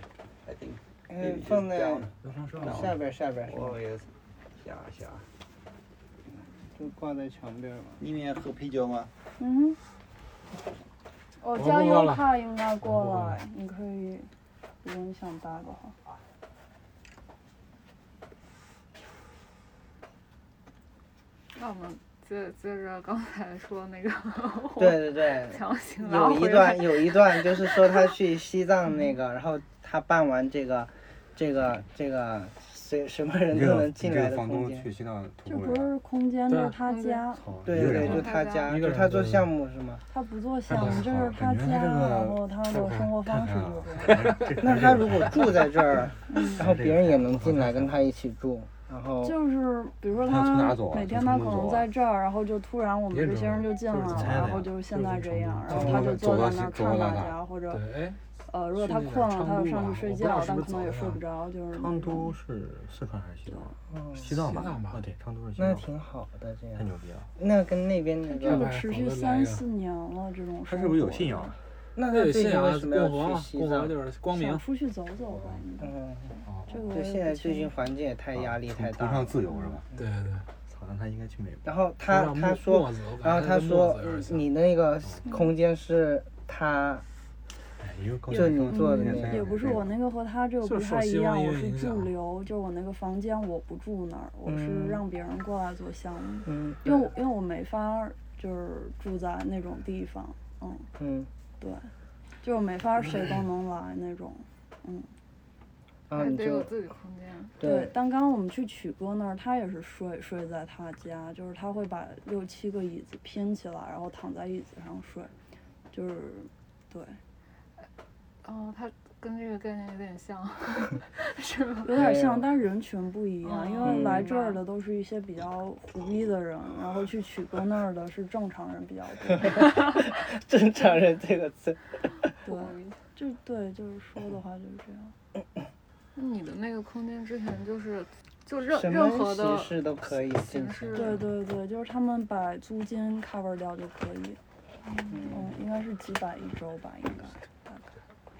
Speaker 7: I think
Speaker 2: 嗯
Speaker 7: maybe，just
Speaker 2: 放在
Speaker 7: down.
Speaker 2: 下边儿下边儿，
Speaker 7: Oh yes. 下下。
Speaker 2: 就挂在墙边儿嘛。
Speaker 7: 你们也喝啤酒吗？
Speaker 1: 嗯哼，我
Speaker 3: 不
Speaker 1: 叫
Speaker 3: 过
Speaker 1: 优
Speaker 3: 了
Speaker 1: 卡应该过
Speaker 3: 过
Speaker 1: 来，你可以，如果你想搭的话。
Speaker 4: 那我们接接着刚才说那个，
Speaker 2: 对对对，
Speaker 4: 强行拉
Speaker 2: 有一
Speaker 4: 回
Speaker 2: 段
Speaker 4: 来。
Speaker 2: 有一段就是说他去西藏那个，然后他办完这个，这个这个谁什么人
Speaker 5: 你
Speaker 2: 都
Speaker 5: 这个
Speaker 2: 能
Speaker 5: 你
Speaker 2: 进
Speaker 5: 这
Speaker 2: 来
Speaker 5: 个
Speaker 2: 的
Speaker 5: 房东
Speaker 2: 空间。
Speaker 5: 去西藏徒
Speaker 6: 啊
Speaker 1: 这
Speaker 5: 步
Speaker 1: 不
Speaker 5: 园，
Speaker 1: 是空间，这
Speaker 3: 对
Speaker 1: 是他
Speaker 4: 空间
Speaker 6: 嗯
Speaker 1: 家，
Speaker 5: 啊操，
Speaker 2: 对
Speaker 5: 一个
Speaker 2: 对，
Speaker 5: 人
Speaker 2: 就
Speaker 5: 吗
Speaker 2: 他家，
Speaker 3: 一个
Speaker 2: 就
Speaker 3: 人
Speaker 2: 他做
Speaker 3: 住
Speaker 2: 项目是吗？
Speaker 1: 他不做
Speaker 3: 太
Speaker 1: 项目，这是
Speaker 5: 好了
Speaker 1: 他
Speaker 5: 感觉
Speaker 1: 家，
Speaker 5: 他这个
Speaker 1: 然后他
Speaker 5: 太
Speaker 1: 的
Speaker 5: 太
Speaker 1: 生活
Speaker 5: 太
Speaker 1: 方式
Speaker 5: 太好
Speaker 1: 就
Speaker 5: 了
Speaker 1: 这样。
Speaker 2: 那他如
Speaker 5: (laughs)
Speaker 2: 果住在这
Speaker 3: (laughs)
Speaker 2: 儿，然后别人也能进来跟他一起住，然后
Speaker 1: 就是比如说
Speaker 5: 他从哪
Speaker 1: 他
Speaker 5: 走啊
Speaker 1: 每天
Speaker 5: 从
Speaker 1: 他
Speaker 5: 成
Speaker 1: 可
Speaker 5: 都
Speaker 1: 能
Speaker 5: 走啊
Speaker 1: 在这儿，然后就突然我们
Speaker 3: 别
Speaker 1: 这
Speaker 3: 走
Speaker 1: 些人
Speaker 3: 了
Speaker 1: 就进
Speaker 3: 就是
Speaker 1: 来
Speaker 3: 从
Speaker 1: 了，
Speaker 5: 成都
Speaker 1: 然
Speaker 5: 走
Speaker 1: 后
Speaker 5: 啊
Speaker 1: 就现
Speaker 3: 就
Speaker 1: 在
Speaker 3: 是
Speaker 1: 这
Speaker 3: 从成
Speaker 1: 样，
Speaker 5: 都
Speaker 1: 然后
Speaker 5: 走
Speaker 1: 他
Speaker 5: 到
Speaker 1: 就
Speaker 5: 西
Speaker 1: 坐
Speaker 5: 走
Speaker 1: 在
Speaker 5: 到
Speaker 1: 那儿
Speaker 5: 西走
Speaker 1: 看
Speaker 5: 到
Speaker 1: 大
Speaker 5: 那
Speaker 1: 家，或者
Speaker 3: 对，哎，
Speaker 1: 呃，如果
Speaker 3: 去
Speaker 1: 他
Speaker 3: 那
Speaker 1: 困
Speaker 3: 个
Speaker 1: 了，他就
Speaker 3: 昌都
Speaker 1: 上
Speaker 3: 吧
Speaker 1: 去睡
Speaker 3: 我不知
Speaker 1: 觉，
Speaker 3: 道是
Speaker 1: 但可
Speaker 3: 不是
Speaker 1: 能也
Speaker 3: 走
Speaker 1: 睡不
Speaker 3: 了
Speaker 1: 着，就是
Speaker 5: 成
Speaker 1: 那
Speaker 5: 都
Speaker 1: 种
Speaker 5: 是四川还是西藏？
Speaker 2: 嗯
Speaker 5: 西藏吧
Speaker 3: 西藏吧，
Speaker 5: 啊对，成都是西
Speaker 2: 那
Speaker 5: 藏，
Speaker 2: 挺好的这
Speaker 5: 太
Speaker 2: 样。
Speaker 5: 牛逼啊了。
Speaker 2: 那跟那边那
Speaker 1: 这
Speaker 2: 个，
Speaker 1: 个
Speaker 3: 哎
Speaker 1: 持
Speaker 3: 好
Speaker 1: 续
Speaker 3: 的来
Speaker 1: 三
Speaker 3: 呀
Speaker 1: 四年了，这种
Speaker 5: 他
Speaker 1: 生
Speaker 5: 是不是有
Speaker 1: 活
Speaker 5: 信仰？啊
Speaker 2: 那他
Speaker 3: 那
Speaker 2: 最
Speaker 3: 得信
Speaker 2: 近
Speaker 3: 仰
Speaker 2: 为什么要
Speaker 3: 共和
Speaker 2: 去
Speaker 3: 嘛，
Speaker 2: 西
Speaker 3: 共和
Speaker 2: 藏？
Speaker 3: 就是啊光明
Speaker 1: 想。出去走走吧，应该
Speaker 2: 嗯，
Speaker 3: 哦
Speaker 1: 这个我也
Speaker 2: 对，现在
Speaker 1: 不
Speaker 2: 最
Speaker 1: 清
Speaker 2: 近环境也太压力
Speaker 5: 啊
Speaker 2: 太
Speaker 5: 崇
Speaker 2: 大
Speaker 5: 崇尚
Speaker 2: 了。
Speaker 5: 自由是吧？
Speaker 3: 对对对，
Speaker 5: 操，那他应该去美国。
Speaker 2: 然后他
Speaker 3: 让
Speaker 2: 他
Speaker 3: 墨
Speaker 2: 说
Speaker 3: 墨，子我感觉
Speaker 2: 然后他
Speaker 3: 跟墨
Speaker 2: 说
Speaker 3: 子有点像
Speaker 2: 你那个空间是他
Speaker 5: 哎因为高
Speaker 2: 就
Speaker 5: 材
Speaker 2: 你
Speaker 5: 生
Speaker 2: 做的
Speaker 5: 今
Speaker 2: 那
Speaker 5: 年
Speaker 2: 个
Speaker 5: 三
Speaker 1: 也
Speaker 5: 月
Speaker 1: 不
Speaker 5: 份
Speaker 1: 是
Speaker 5: 这个
Speaker 1: 我那个和他这个
Speaker 3: 就
Speaker 1: 不
Speaker 3: 是受
Speaker 1: 太一
Speaker 3: 西
Speaker 1: 样
Speaker 3: 方，
Speaker 1: 我
Speaker 3: 音乐
Speaker 1: 是
Speaker 3: 影
Speaker 1: 驻
Speaker 3: 响
Speaker 1: 留，就是我那个房间我不住那儿，我是
Speaker 2: 嗯
Speaker 1: 让别人过来做项目，
Speaker 2: 嗯
Speaker 1: 因为我因为我没法儿就是住在那种地方，嗯，
Speaker 2: 嗯，
Speaker 1: 对，就是没法儿谁都能来那种。嗯
Speaker 2: 然后
Speaker 4: 还
Speaker 2: 你
Speaker 4: 得
Speaker 2: 嗯就
Speaker 4: 有哎自己空间。
Speaker 1: 对
Speaker 2: 对，，
Speaker 1: 但刚刚我们去曲哥那儿，他也是睡睡在他家，就是他会把六七个椅子拼起来，然后躺在椅子上睡，就是，对，
Speaker 4: 哦，它跟这个概念有点像， (laughs) 是吧？
Speaker 1: 有点
Speaker 2: 哎呦
Speaker 1: 像，但人群不一样，因为
Speaker 2: 嗯
Speaker 1: 来这儿的都是一些比较虎逼的人，然后去曲哥那儿的是正常人比较多。
Speaker 2: 正常人这个字，
Speaker 1: 对
Speaker 4: 我，理解
Speaker 1: 就对，就是说的话就是这样。
Speaker 4: 那你的那个空间之前就是就任
Speaker 2: 什
Speaker 4: 任
Speaker 2: 么
Speaker 4: 何
Speaker 2: 形
Speaker 4: 的
Speaker 2: 式都可以进
Speaker 4: 形
Speaker 2: 行。
Speaker 4: 式
Speaker 1: 对对对，就是他们把租金 cover 掉就可以，嗯，应该是几百一周吧，应该大概。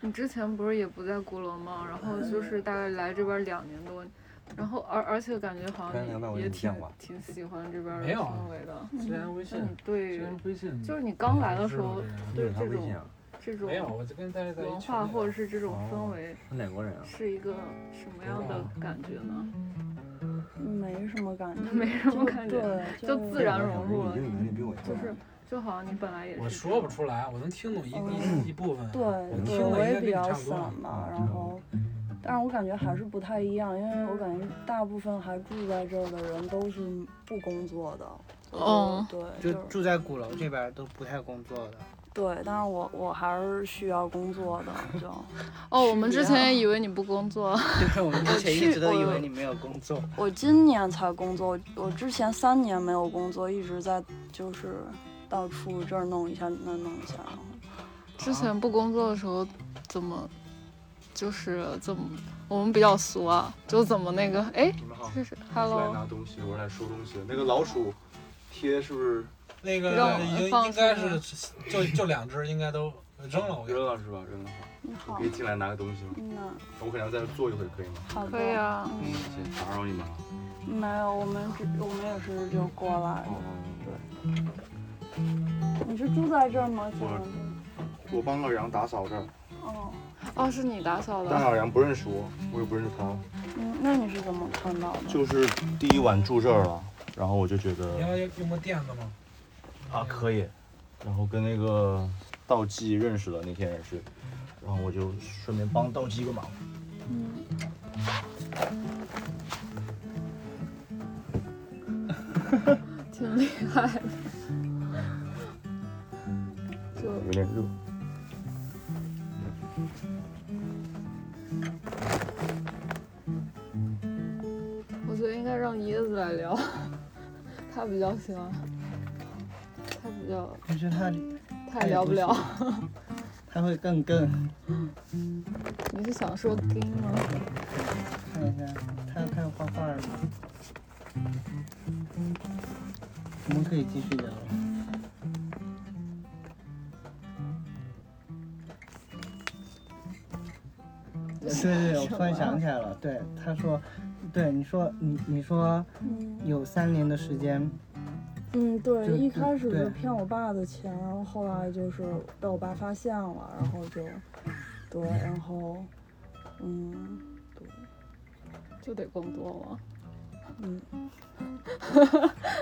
Speaker 4: 你之前不是也不在鼓楼吗？然后就是大概来这边两年多，然后而而且感觉好像
Speaker 5: 刚才两百我
Speaker 4: 你也
Speaker 5: 也没
Speaker 4: 挺
Speaker 5: 见过
Speaker 4: 挺喜欢这边的
Speaker 3: 没有啊
Speaker 4: 氛围的。
Speaker 3: 之前微
Speaker 4: 那
Speaker 3: 信，
Speaker 2: 嗯
Speaker 4: 你对
Speaker 3: 之前微信
Speaker 4: 就是你刚来的时候
Speaker 3: 知道这人
Speaker 4: 对
Speaker 5: 你有啥
Speaker 4: 这
Speaker 5: 微信
Speaker 4: 种
Speaker 5: 啊？
Speaker 4: 这
Speaker 3: 没有，
Speaker 4: 种
Speaker 3: 我就跟他在一
Speaker 4: 文
Speaker 3: 群
Speaker 4: 化
Speaker 3: 里啊
Speaker 4: 或者是这种氛
Speaker 5: 哦
Speaker 4: 围
Speaker 5: 他哪国人啊？
Speaker 4: 是一个什么样的感觉呢？
Speaker 1: 没什么感觉，
Speaker 4: (laughs) 没什
Speaker 1: 就
Speaker 4: 么感觉
Speaker 1: 对，
Speaker 4: 就自然
Speaker 5: 我
Speaker 4: 融
Speaker 5: 想
Speaker 4: 入
Speaker 5: 说
Speaker 4: 了
Speaker 5: 你英语能力比我强，
Speaker 4: 就是就好像你本来也是
Speaker 3: 我
Speaker 4: 这
Speaker 3: 说
Speaker 4: 样
Speaker 3: 不出来，我能听懂一
Speaker 1: 嗯
Speaker 3: 一一部分。
Speaker 1: 对
Speaker 3: 我
Speaker 1: 对，
Speaker 3: 听
Speaker 1: 我
Speaker 3: 了应
Speaker 1: 也
Speaker 3: 该
Speaker 1: 比较
Speaker 3: 跟你差不
Speaker 1: 散
Speaker 3: 多。嗯
Speaker 1: 嘛，然后，但是我感觉还是不太一样，因
Speaker 4: 嗯
Speaker 1: 为我感觉大部分还住在这儿的人都是不工作的，
Speaker 4: 哦
Speaker 1: 我觉得
Speaker 2: 就
Speaker 1: 对，就是
Speaker 2: 住在鼓楼这边都不太工作 (laughs) 的。
Speaker 1: 对，但是我我还是需要工作的，就
Speaker 4: 哦，我们
Speaker 1: 区
Speaker 4: 之
Speaker 1: 别
Speaker 4: 前
Speaker 1: 啊
Speaker 4: 也以为你不工作，
Speaker 2: 对，我们之前一直都以为
Speaker 1: 我
Speaker 2: 你没有工作。
Speaker 1: 我今年才工作，我之前三年没有工作，一直在就是到处这儿弄一下那弄一下，然后
Speaker 4: 之前不工作的时候怎么就是怎么我们比较俗啊，就怎么那个哎，
Speaker 6: 你们嗯好，
Speaker 4: 这是
Speaker 6: 我是来
Speaker 4: Hello，
Speaker 6: 拿东西，我是来收东西的。那个老鼠贴是不是
Speaker 3: 那
Speaker 4: 让
Speaker 3: 个
Speaker 4: 我
Speaker 3: 已经
Speaker 4: 放
Speaker 3: 应该
Speaker 4: 松
Speaker 3: 是
Speaker 2: (laughs)
Speaker 3: 就就两只，应该都扔了。我觉得
Speaker 6: 扔了是吧？扔了好，
Speaker 1: 你嗯
Speaker 6: 我
Speaker 4: 哦
Speaker 1: 好
Speaker 6: 可，以进来拿个东西吗？
Speaker 1: 那
Speaker 6: 我可能再坐一会儿，可以吗？
Speaker 1: 好的，
Speaker 4: 可以啊，
Speaker 1: 嗯
Speaker 6: 行，打扰你们了。
Speaker 1: 没有，我们只我们也是就过来的。
Speaker 6: 哦，
Speaker 1: 你是住在这儿吗？
Speaker 6: 我
Speaker 1: 蒋
Speaker 6: 我帮老杨打扫这儿，
Speaker 1: 哦，
Speaker 4: 哦，是你打扫
Speaker 6: 但
Speaker 4: 的，
Speaker 6: 老杨不认识我，我也不认识他。
Speaker 1: 嗯，那你是怎么看到的？
Speaker 6: 就是第一晚住这儿了，然后我就觉
Speaker 3: 你
Speaker 6: 得
Speaker 3: 要用过垫子吗？
Speaker 6: 啊可以，然后跟那个道济认识了，那天也是，然后我就顺便帮道济一个忙。
Speaker 1: 嗯，
Speaker 4: 挺厉害的。就
Speaker 6: 有点热。
Speaker 4: 我觉得应该让椰子来聊， (laughs) 他比较喜欢，他比较
Speaker 2: 我觉得他
Speaker 4: 他也聊不
Speaker 6: 哎
Speaker 4: 了。
Speaker 2: 他会更更
Speaker 4: (laughs) 你是想说丁吗？
Speaker 2: 看一下，他看画画的。我们可以继续聊了。对对对，我突然想起来了，对他说，对你说你你说
Speaker 1: 嗯
Speaker 2: 有三年的时间，
Speaker 1: 嗯，对，
Speaker 2: 就
Speaker 1: 一开始
Speaker 2: 对
Speaker 1: 是骗我爸的钱，然后后来就是被我爸发现了，然后就，对，然后，嗯，
Speaker 4: 就得工作吗？
Speaker 1: 嗯，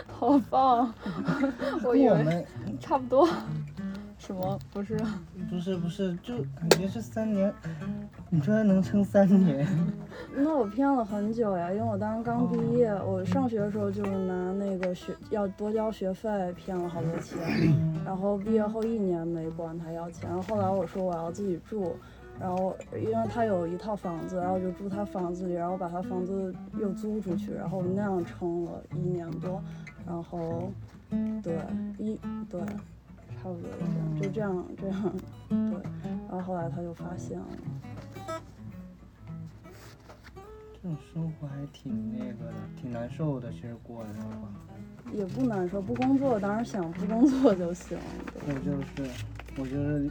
Speaker 4: 好棒！ (laughs) 我以
Speaker 2: 我
Speaker 4: 为
Speaker 2: 们
Speaker 4: 差不多。 (laughs) 什么？不是？
Speaker 2: 不是不是，就感觉是三年，你居然能撑三年，
Speaker 1: 那我骗了很久呀，因为我当时刚毕业，我上学的时候就是拿那个学要多交学费骗了好多钱， (clears throat) 然后毕业后一年没管他要钱，后来我说我要自己住，然后因为他有一套房子，然后我就住他房子里，然后把他房子又租出去，然后那样撑了一年多，然后对一对差不多就这样，就这样这样对，然后后来他就发现了。
Speaker 2: 这种生活还挺那个的，挺难受的。其实过的生活，
Speaker 1: 也不难受，不工作当然想不工作就行。
Speaker 2: 我就是我就是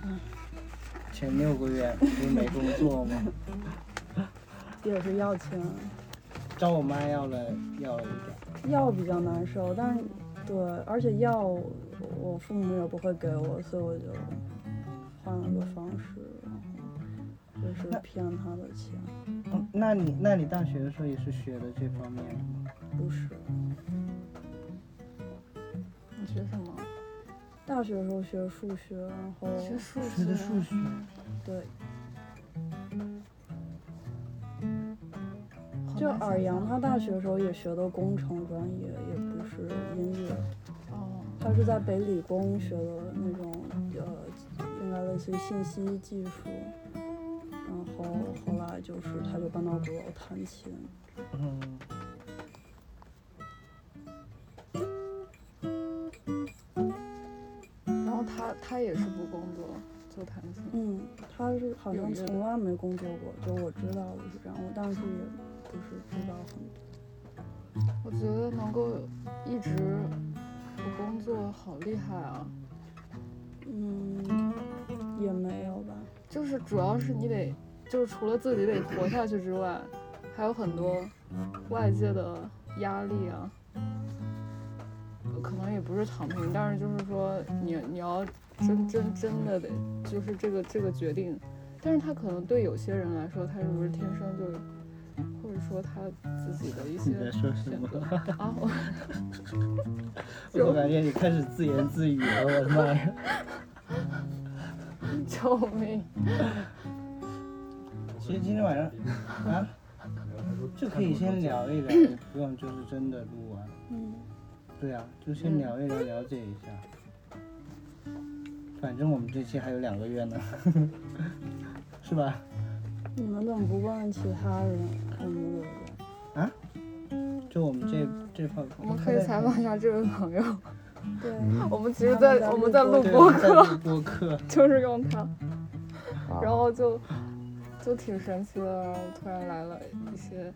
Speaker 2: 前六个月不是没工作吗？
Speaker 1: 对，也是要钱，
Speaker 2: 找我妈要了要了一点，
Speaker 1: 药比较难受，但是对，而且药我父母也不会给我，所以我就换了个方式，然后就是骗他的钱，
Speaker 2: 嗯，那你那你大学的时候也是学的这方面吗？
Speaker 1: 不是。
Speaker 4: 你学什么？
Speaker 1: 大学的时候学数学，然后
Speaker 4: 学数
Speaker 2: 学
Speaker 4: 学
Speaker 2: 的。数学，
Speaker 1: 对，
Speaker 4: 好
Speaker 1: 就
Speaker 4: 难
Speaker 1: 尔
Speaker 4: 想
Speaker 1: 阳
Speaker 4: 象
Speaker 1: 他大学的时候也学的工程专业，也不是音乐。
Speaker 4: 哦，
Speaker 1: 他是在北理工学的那种呃，应该类似于信息技术，然后后来就是他就搬到鼓楼弹琴。
Speaker 2: 嗯。
Speaker 4: 然后他他也是不工作，就弹琴。
Speaker 1: 嗯，他是好
Speaker 4: 有
Speaker 1: 像
Speaker 4: 一个
Speaker 1: 从来没工作过，就我知道的是这样，我当时也不是知道很多。
Speaker 4: 我觉得能够一直不工作好厉害啊！
Speaker 1: 嗯，也没有吧。
Speaker 4: 就是主要是你得，就是除了自己得活下去之外，还有很多外界的压力啊。可能也不是躺平，但是就是说你你要真真真的得，就是这个这个决定。但是他可能对有些人来说，他是不是天生就或者说他自己的一
Speaker 2: (laughs)
Speaker 4: 些
Speaker 2: 你在说什
Speaker 4: 选
Speaker 2: 么？
Speaker 4: 择啊， (laughs) 我
Speaker 2: 我怎么感觉你开始自言自语了，我的妈呀！
Speaker 4: 救命！
Speaker 2: 其实今天晚上啊，就可以先聊一聊，也不用就是真的录完。
Speaker 1: 嗯，
Speaker 2: 对啊，就先
Speaker 4: 嗯
Speaker 2: 聊一聊，了解一下。反正我们这期还有两个月呢， (laughs) 是吧？
Speaker 1: 你们怎么不问问其他人看录的人？
Speaker 2: 就我们这这方，
Speaker 4: 嗯我们可以采访一下这位朋友。 (laughs)
Speaker 1: 对，
Speaker 4: 我们其实
Speaker 1: 他
Speaker 4: 在，
Speaker 1: 们在
Speaker 4: 我们在录
Speaker 1: 录
Speaker 4: 播
Speaker 2: 对
Speaker 4: 客，
Speaker 2: 在录播客，
Speaker 4: 就是用它，
Speaker 6: 啊
Speaker 4: 然后就就挺神奇的，然后突然来了一些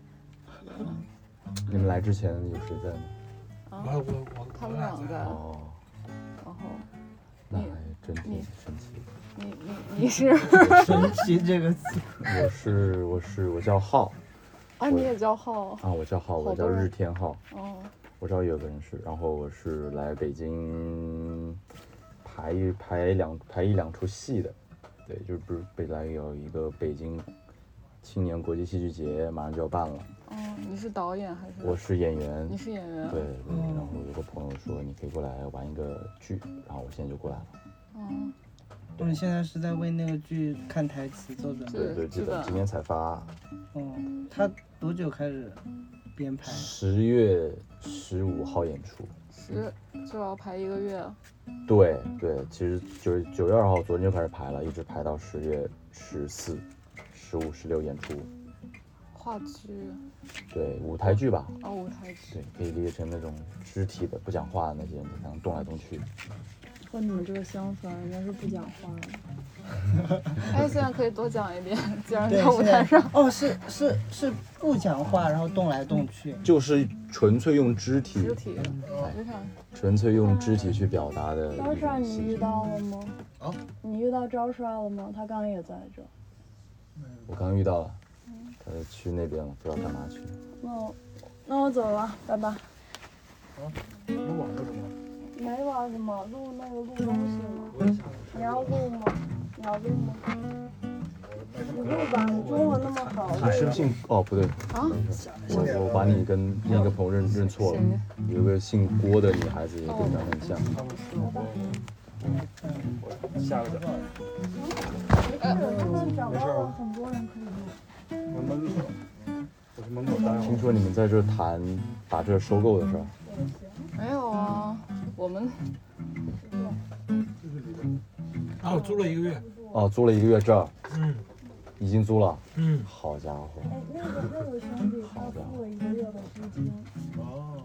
Speaker 6: 你们来之前有谁在吗？
Speaker 4: 啊，
Speaker 3: 我我我
Speaker 4: 他
Speaker 3: 我
Speaker 4: 们
Speaker 3: 俩
Speaker 4: 俩在，
Speaker 3: 在，
Speaker 6: 哦，
Speaker 4: 然后
Speaker 6: 那
Speaker 4: 你
Speaker 6: 还真挺
Speaker 4: 你
Speaker 6: 神奇的。
Speaker 4: 你你你
Speaker 6: (laughs)
Speaker 4: 是
Speaker 2: 神奇这个词，
Speaker 6: 我是我是我叫浩
Speaker 4: 啊，你也叫浩，
Speaker 6: 啊，我叫浩，
Speaker 4: 好
Speaker 6: 我叫
Speaker 4: 多人
Speaker 6: 日天浩，
Speaker 4: 哦，
Speaker 6: 我知道有个人是，然后我是来北京排一排一两排一两出戏的，对，就是不是北来有一个北京青年国际戏剧节马上就要办了，
Speaker 4: 哦，你是导演还是？
Speaker 6: 我是演员
Speaker 4: 你，是哦演员，
Speaker 6: 对，对然后有个朋友说你可以过来玩一个剧，然后我现在就过来了，
Speaker 4: 嗯，
Speaker 2: 我们现在是在为那个剧看台词做准备。
Speaker 4: 对
Speaker 6: 对对，
Speaker 4: 剧
Speaker 6: 基本
Speaker 4: 本
Speaker 6: 今天才发，
Speaker 2: 嗯，他多久开始编排？
Speaker 6: 十月十五号演出。
Speaker 4: 十就要排一个月，
Speaker 6: 对对，其实九九月二号昨天就开始排了，一直排到十月十四、十五、十六演出。
Speaker 4: 话剧
Speaker 6: 对，舞台剧吧，
Speaker 4: 哦，舞台剧，
Speaker 6: 对，可以理解成那种肢体的不讲话的那些人，在台上动来动去。
Speaker 1: 和你们这个相反，人家是不讲话的。
Speaker 4: 哎，现在可以多讲一
Speaker 6: (laughs)
Speaker 4: 点，既然
Speaker 2: 对，
Speaker 4: 在舞
Speaker 2: 现
Speaker 4: 台
Speaker 2: 在
Speaker 4: 上，
Speaker 2: 哦，是是是不讲话，然后动来动去。
Speaker 6: 就是纯粹用肢体
Speaker 4: 肢，体，非常
Speaker 6: 纯粹用肢体去表达的一
Speaker 1: 招帅，
Speaker 6: 种
Speaker 1: 你
Speaker 6: 戏
Speaker 1: 遇
Speaker 6: 剧。
Speaker 1: 到了吗？你遇到招帅了吗？他刚刚也在这。
Speaker 6: 我刚遇到了，他去那边了，不知道干嘛去了。
Speaker 1: 那我那我走了，拜拜。哦没玩什么，录那个录东西吗？你要录吗？你要录吗？你录吧，你中文那么好，
Speaker 6: 你是不是姓？哦，不对，
Speaker 4: 啊，
Speaker 6: 我我把你跟另一个朋友认认错了
Speaker 4: 谁，
Speaker 6: 有一个姓郭的女孩子也跟他很像。
Speaker 1: 那能啊找到了很多人可以录。
Speaker 6: 听说你们在这谈把这收购的事儿，
Speaker 4: 没有啊，我们
Speaker 3: 然后我租了一个月，
Speaker 6: 哦，租了一个月这儿，
Speaker 3: 嗯
Speaker 6: 已经租了，
Speaker 3: 嗯，
Speaker 6: 好家伙，
Speaker 1: 哎，那个那个兄弟他付了一个月的租金。哦。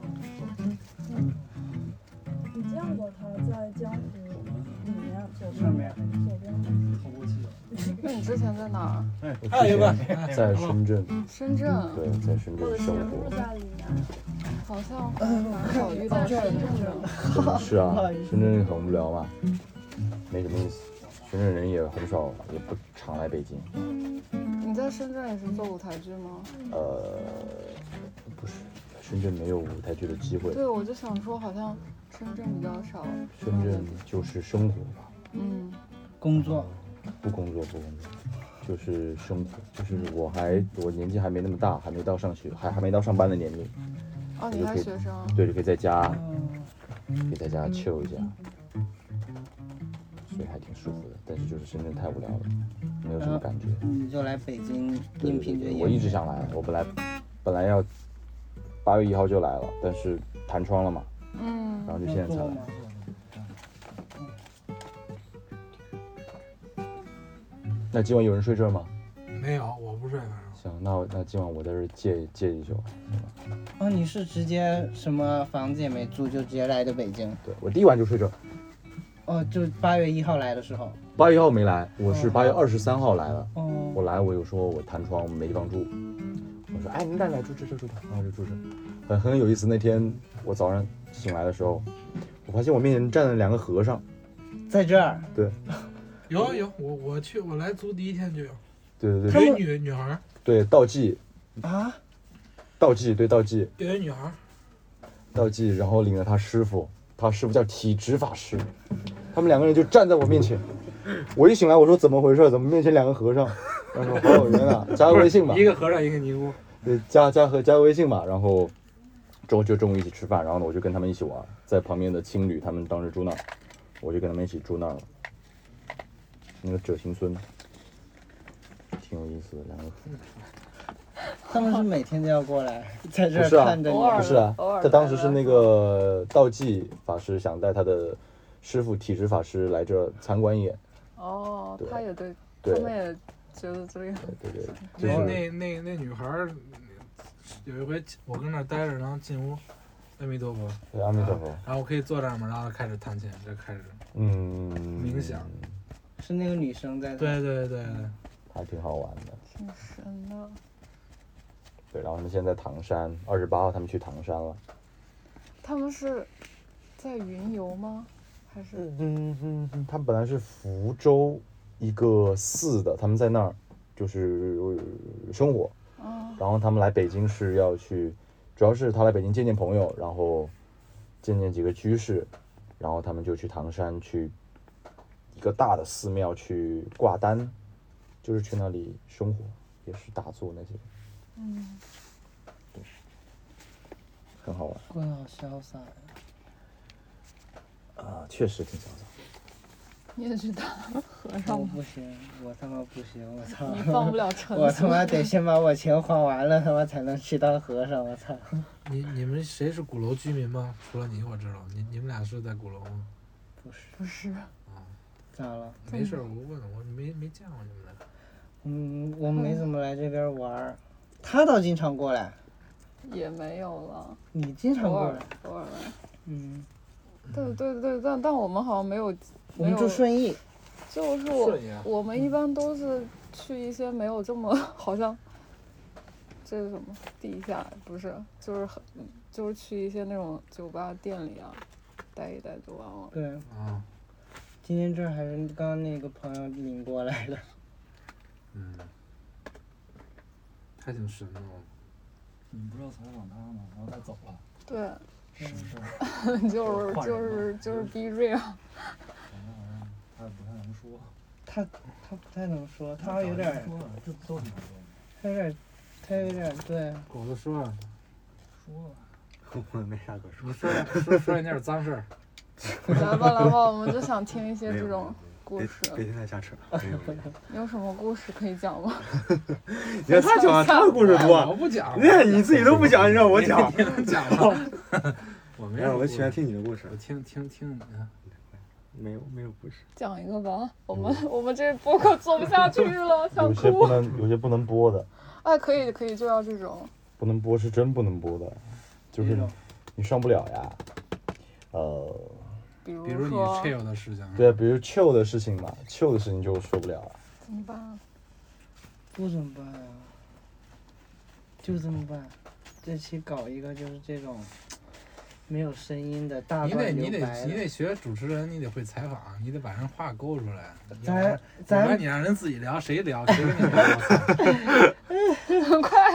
Speaker 1: 你见过他在江湖里面左边
Speaker 2: 上面
Speaker 1: 左边吗？
Speaker 4: 那你之前在哪儿？
Speaker 6: 我之前在深圳，
Speaker 4: 深圳，
Speaker 6: 嗯对，在深
Speaker 1: 我
Speaker 6: 圳
Speaker 1: 的节
Speaker 6: 生
Speaker 1: 目
Speaker 6: 活，
Speaker 1: 在里面。
Speaker 4: 好像很少遇到深圳的。
Speaker 6: 真的是啊
Speaker 2: 不好意，思
Speaker 6: 深圳很无聊嘛，没什么意思，深圳人也很少，也不常来北京，
Speaker 4: 你在深圳也是做舞台剧吗？
Speaker 6: 呃，不是，深圳没有舞台剧的机会，
Speaker 4: 对，我就想说，好像深圳比较少。
Speaker 6: 深圳就是生活吧，
Speaker 4: 嗯，
Speaker 2: 工作，
Speaker 6: 不工作不工作，就是生活，就是我还我年纪还没那么大，还没到上学，还还没到上班的年龄，
Speaker 4: 哦，你还学生？
Speaker 6: 对，就可以在家
Speaker 2: 嗯，
Speaker 6: 可以在家 chill 一下，所以还挺舒服的。但是就是深圳太无聊了，没有什么感觉。
Speaker 2: 你就来北京
Speaker 6: 对
Speaker 2: 应
Speaker 6: 对
Speaker 2: 聘这
Speaker 6: 对，
Speaker 2: 些。
Speaker 6: 我一直想来，我本来本来要八月一号就来了，但是弹窗了嘛，
Speaker 4: 嗯
Speaker 6: 然后就现
Speaker 2: 要
Speaker 6: 在才
Speaker 2: 做
Speaker 6: 来
Speaker 2: 吗。？
Speaker 6: 那今晚有人睡这儿吗？
Speaker 3: 嗯没有，我不睡，反正
Speaker 6: 行，那我那今晚我在这儿借借一宿。
Speaker 2: 哦，你是直接什么房子也没租，就直接来的北京？
Speaker 6: 对我第一晚就睡这儿，
Speaker 2: 哦，就八月一号来的时候。
Speaker 6: 八月一号没来，我是八月二十三号来的。
Speaker 2: 哦，
Speaker 6: 我来，我有说我弹窗没地方住，我说哎，你来来住这这住这，然后就住这。很很有意思，那天我早上醒来的时候，我发现我面前站了两个和尚，
Speaker 2: 在这儿。
Speaker 3: 有有，我我去，我来租第一天就有，
Speaker 6: 对对
Speaker 3: 有
Speaker 6: 对
Speaker 3: 一女女孩儿，
Speaker 6: 对，道济
Speaker 2: 啊，
Speaker 6: 道济对道济
Speaker 3: 有一女孩儿，
Speaker 6: 道济，然后领了他师傅，他师傅叫体直法师，他们两个人就站在我面前，我一醒来我说怎么回事？怎么面前两个和尚？他说哦，原来加个微信吧。
Speaker 3: 一个和尚，一个尼姑，
Speaker 5: 对呃加加和加微信吧，然后之后就中午一起吃饭，然后呢我就跟他们一起玩，在旁边的青旅，他们当时住那儿，我就跟他们一起住那儿了。那个九行村挺有意思的，两个
Speaker 2: 他们是每天都要过来在这
Speaker 5: 不
Speaker 2: 儿
Speaker 5: 是啊
Speaker 2: 看着你
Speaker 4: 偶尔
Speaker 5: 不是啊
Speaker 4: 偶尔，
Speaker 5: 他当时是
Speaker 4: 来了
Speaker 5: 那个道济法师想带他的师傅体质法师来这儿参观一眼，
Speaker 4: 哦，
Speaker 5: 对
Speaker 4: 他也对，
Speaker 5: 对
Speaker 4: 他们也觉得这个
Speaker 5: 对对，就
Speaker 3: 那那
Speaker 5: 是
Speaker 3: 那那女孩儿，有一回我跟那儿待着，然后进屋，阿弥陀佛，
Speaker 5: 对阿弥陀佛，
Speaker 3: 然后我可以坐这儿嘛，然后开始弹琴，就开始，
Speaker 5: 嗯，
Speaker 3: 冥想
Speaker 2: 是那个女生在。
Speaker 3: 对对对对，
Speaker 5: 还挺好玩的。
Speaker 4: 挺神的。
Speaker 5: 对，然后他们现在唐山二十八号他们去唐山了，
Speaker 4: 他们是在云游吗？还是
Speaker 5: 嗯嗯嗯，他们本来是福州一个寺的，他们在那儿就是呃生活，
Speaker 4: 啊？
Speaker 5: 然后他们来北京是要去，主要是他来北京见见朋友，然后见见几个居士，然后他们就去唐山去一个大的寺庙去挂单，就是去那里生活，也是打坐那些，
Speaker 4: 嗯，
Speaker 5: 很好玩
Speaker 2: 过得好潇洒呀。
Speaker 5: 啊，确实挺潇洒。
Speaker 4: 你也去当和尚
Speaker 2: 我 (laughs)
Speaker 4: 吗？
Speaker 2: 不行，我他妈不行，我操！
Speaker 4: 你放不了尘
Speaker 2: 我他
Speaker 4: 俗。
Speaker 2: 妈得先把我钱花完了，他妈才能去当和尚，我操！
Speaker 3: 你你们谁是鼓楼居民吗？除了你我知道，你你们俩是在鼓楼吗？
Speaker 2: 不是，
Speaker 4: 不是，
Speaker 2: 咋了？
Speaker 3: 没事儿，我问我没没见过你们俩。
Speaker 2: 嗯，我没怎么来这边玩儿，他倒经常过来，
Speaker 4: 也没有了，
Speaker 2: 你经常
Speaker 4: 偶
Speaker 2: 过
Speaker 4: 尔
Speaker 2: 来，
Speaker 4: 偶尔来。
Speaker 2: 嗯，
Speaker 4: 对对对，但但我们好像没有，
Speaker 2: 我们
Speaker 4: 没有，
Speaker 2: 住顺义，
Speaker 4: 就是我
Speaker 3: 顺义啊
Speaker 4: 我们一般都是去一些没有这么好像， (laughs) 这是什么地下不是，就是很就是去一些那种酒吧店里啊，待一待就完了。
Speaker 2: 对，
Speaker 3: 啊，
Speaker 2: 今天这儿还是刚刚那个朋友领过来了，
Speaker 3: 嗯，还挺神的哦。
Speaker 8: 你嗯们不是要采访他吗？然后他走了，
Speaker 4: 对，
Speaker 8: 是不是？
Speaker 4: 就是
Speaker 8: 换
Speaker 4: 就
Speaker 8: 人
Speaker 4: 是
Speaker 8: 吧
Speaker 4: 就是 B
Speaker 8: 感觉好像他也不太能说。
Speaker 2: (laughs) 他他不太能说，他
Speaker 8: 好
Speaker 2: 有点儿，
Speaker 8: 说了，这都挺能说
Speaker 2: 他有点儿，他有点儿，对，
Speaker 3: 狗子说啊，
Speaker 8: 说了。
Speaker 7: 我没啥可说
Speaker 3: 你。说点说说一点脏事儿。
Speaker 4: 来吧来吧，我们就想听一些
Speaker 7: 没有
Speaker 4: 这
Speaker 7: 没有
Speaker 4: 种故
Speaker 7: 别
Speaker 4: 事。
Speaker 8: 啊
Speaker 7: 别现在瞎
Speaker 8: (laughs)
Speaker 7: 扯，没有没有。
Speaker 4: 你有什么故事可以讲吗？
Speaker 7: 你看他
Speaker 6: 啊
Speaker 7: 讲他的故事
Speaker 3: 我
Speaker 6: (laughs)
Speaker 7: 多，
Speaker 3: 哎不讲，
Speaker 7: 你看你自己都不讲，你让我
Speaker 8: (laughs)
Speaker 7: 讲。
Speaker 3: 你能讲吗？我没
Speaker 6: 哎
Speaker 7: 没
Speaker 3: 有
Speaker 7: 有，
Speaker 3: 故事，
Speaker 7: 我喜欢听你的故事
Speaker 3: 我。听听听你啊的。
Speaker 7: 没有没有故事。
Speaker 4: 讲一个吧，我们、我们这播客做不下去了，想
Speaker 5: 有些不
Speaker 4: 哭。
Speaker 5: 能，有些不能播的，
Speaker 4: 哎，可以可以，就要这种。
Speaker 5: 不能播是真不能播的，就是
Speaker 2: 那种
Speaker 5: 你上不了呀。呃，
Speaker 4: 比如
Speaker 3: 比如你
Speaker 4: 说
Speaker 3: chill 的事情，
Speaker 5: 对啊，比如 chill 的事情嘛，chill 的事情就说不了啊。
Speaker 4: 怎么办？
Speaker 2: 不怎么办呀、就这么办，这期搞一个就是这种没有声音的大
Speaker 3: 你得
Speaker 2: 段
Speaker 3: 你
Speaker 2: 留
Speaker 3: 得
Speaker 2: 白
Speaker 3: 你
Speaker 2: 的，
Speaker 3: 得学主持人，你得会采访，你得把人话勾出来。要不
Speaker 2: 咱
Speaker 3: 然要不然
Speaker 2: 咱
Speaker 3: 你让人自己聊，谁聊？谁跟你聊？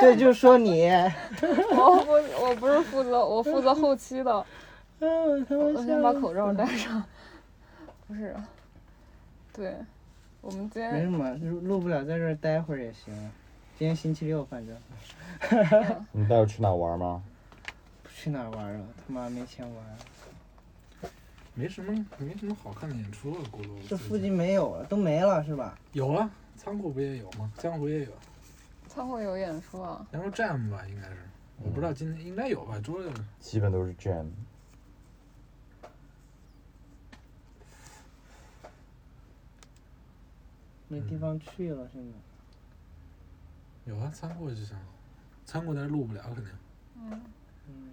Speaker 2: 对，就说 (laughs) 你，
Speaker 4: 我不我不是负责我负责后期的，
Speaker 2: 嗯，我他
Speaker 4: 我
Speaker 2: 妈
Speaker 4: 先把
Speaker 2: 笑
Speaker 4: 口罩戴上。不是，对，我们今
Speaker 2: 没什
Speaker 4: 天
Speaker 2: 么，录录不了，在这儿待会儿也行。今天星期六，反正
Speaker 5: 你待会儿去哪玩吗？
Speaker 2: 不去哪儿玩儿了，他妈没钱玩儿。
Speaker 3: 没什么没什么好看的演出了，咕噜。
Speaker 2: 这附近没有了，都没了是吧？
Speaker 3: 有啊，仓库不也有吗？江湖也有，
Speaker 4: 仓库有演出啊，
Speaker 3: 然后 jam 吧，应该是，我不知道
Speaker 2: 嗯
Speaker 3: 今天应该有吧，周六
Speaker 5: 基本都是 jam。
Speaker 2: 没
Speaker 5: 嗯
Speaker 2: 地方去了，现在。
Speaker 3: 有啊，仓库就行了。仓库但是录不了，肯定。
Speaker 5: (laughs)
Speaker 2: 嗯，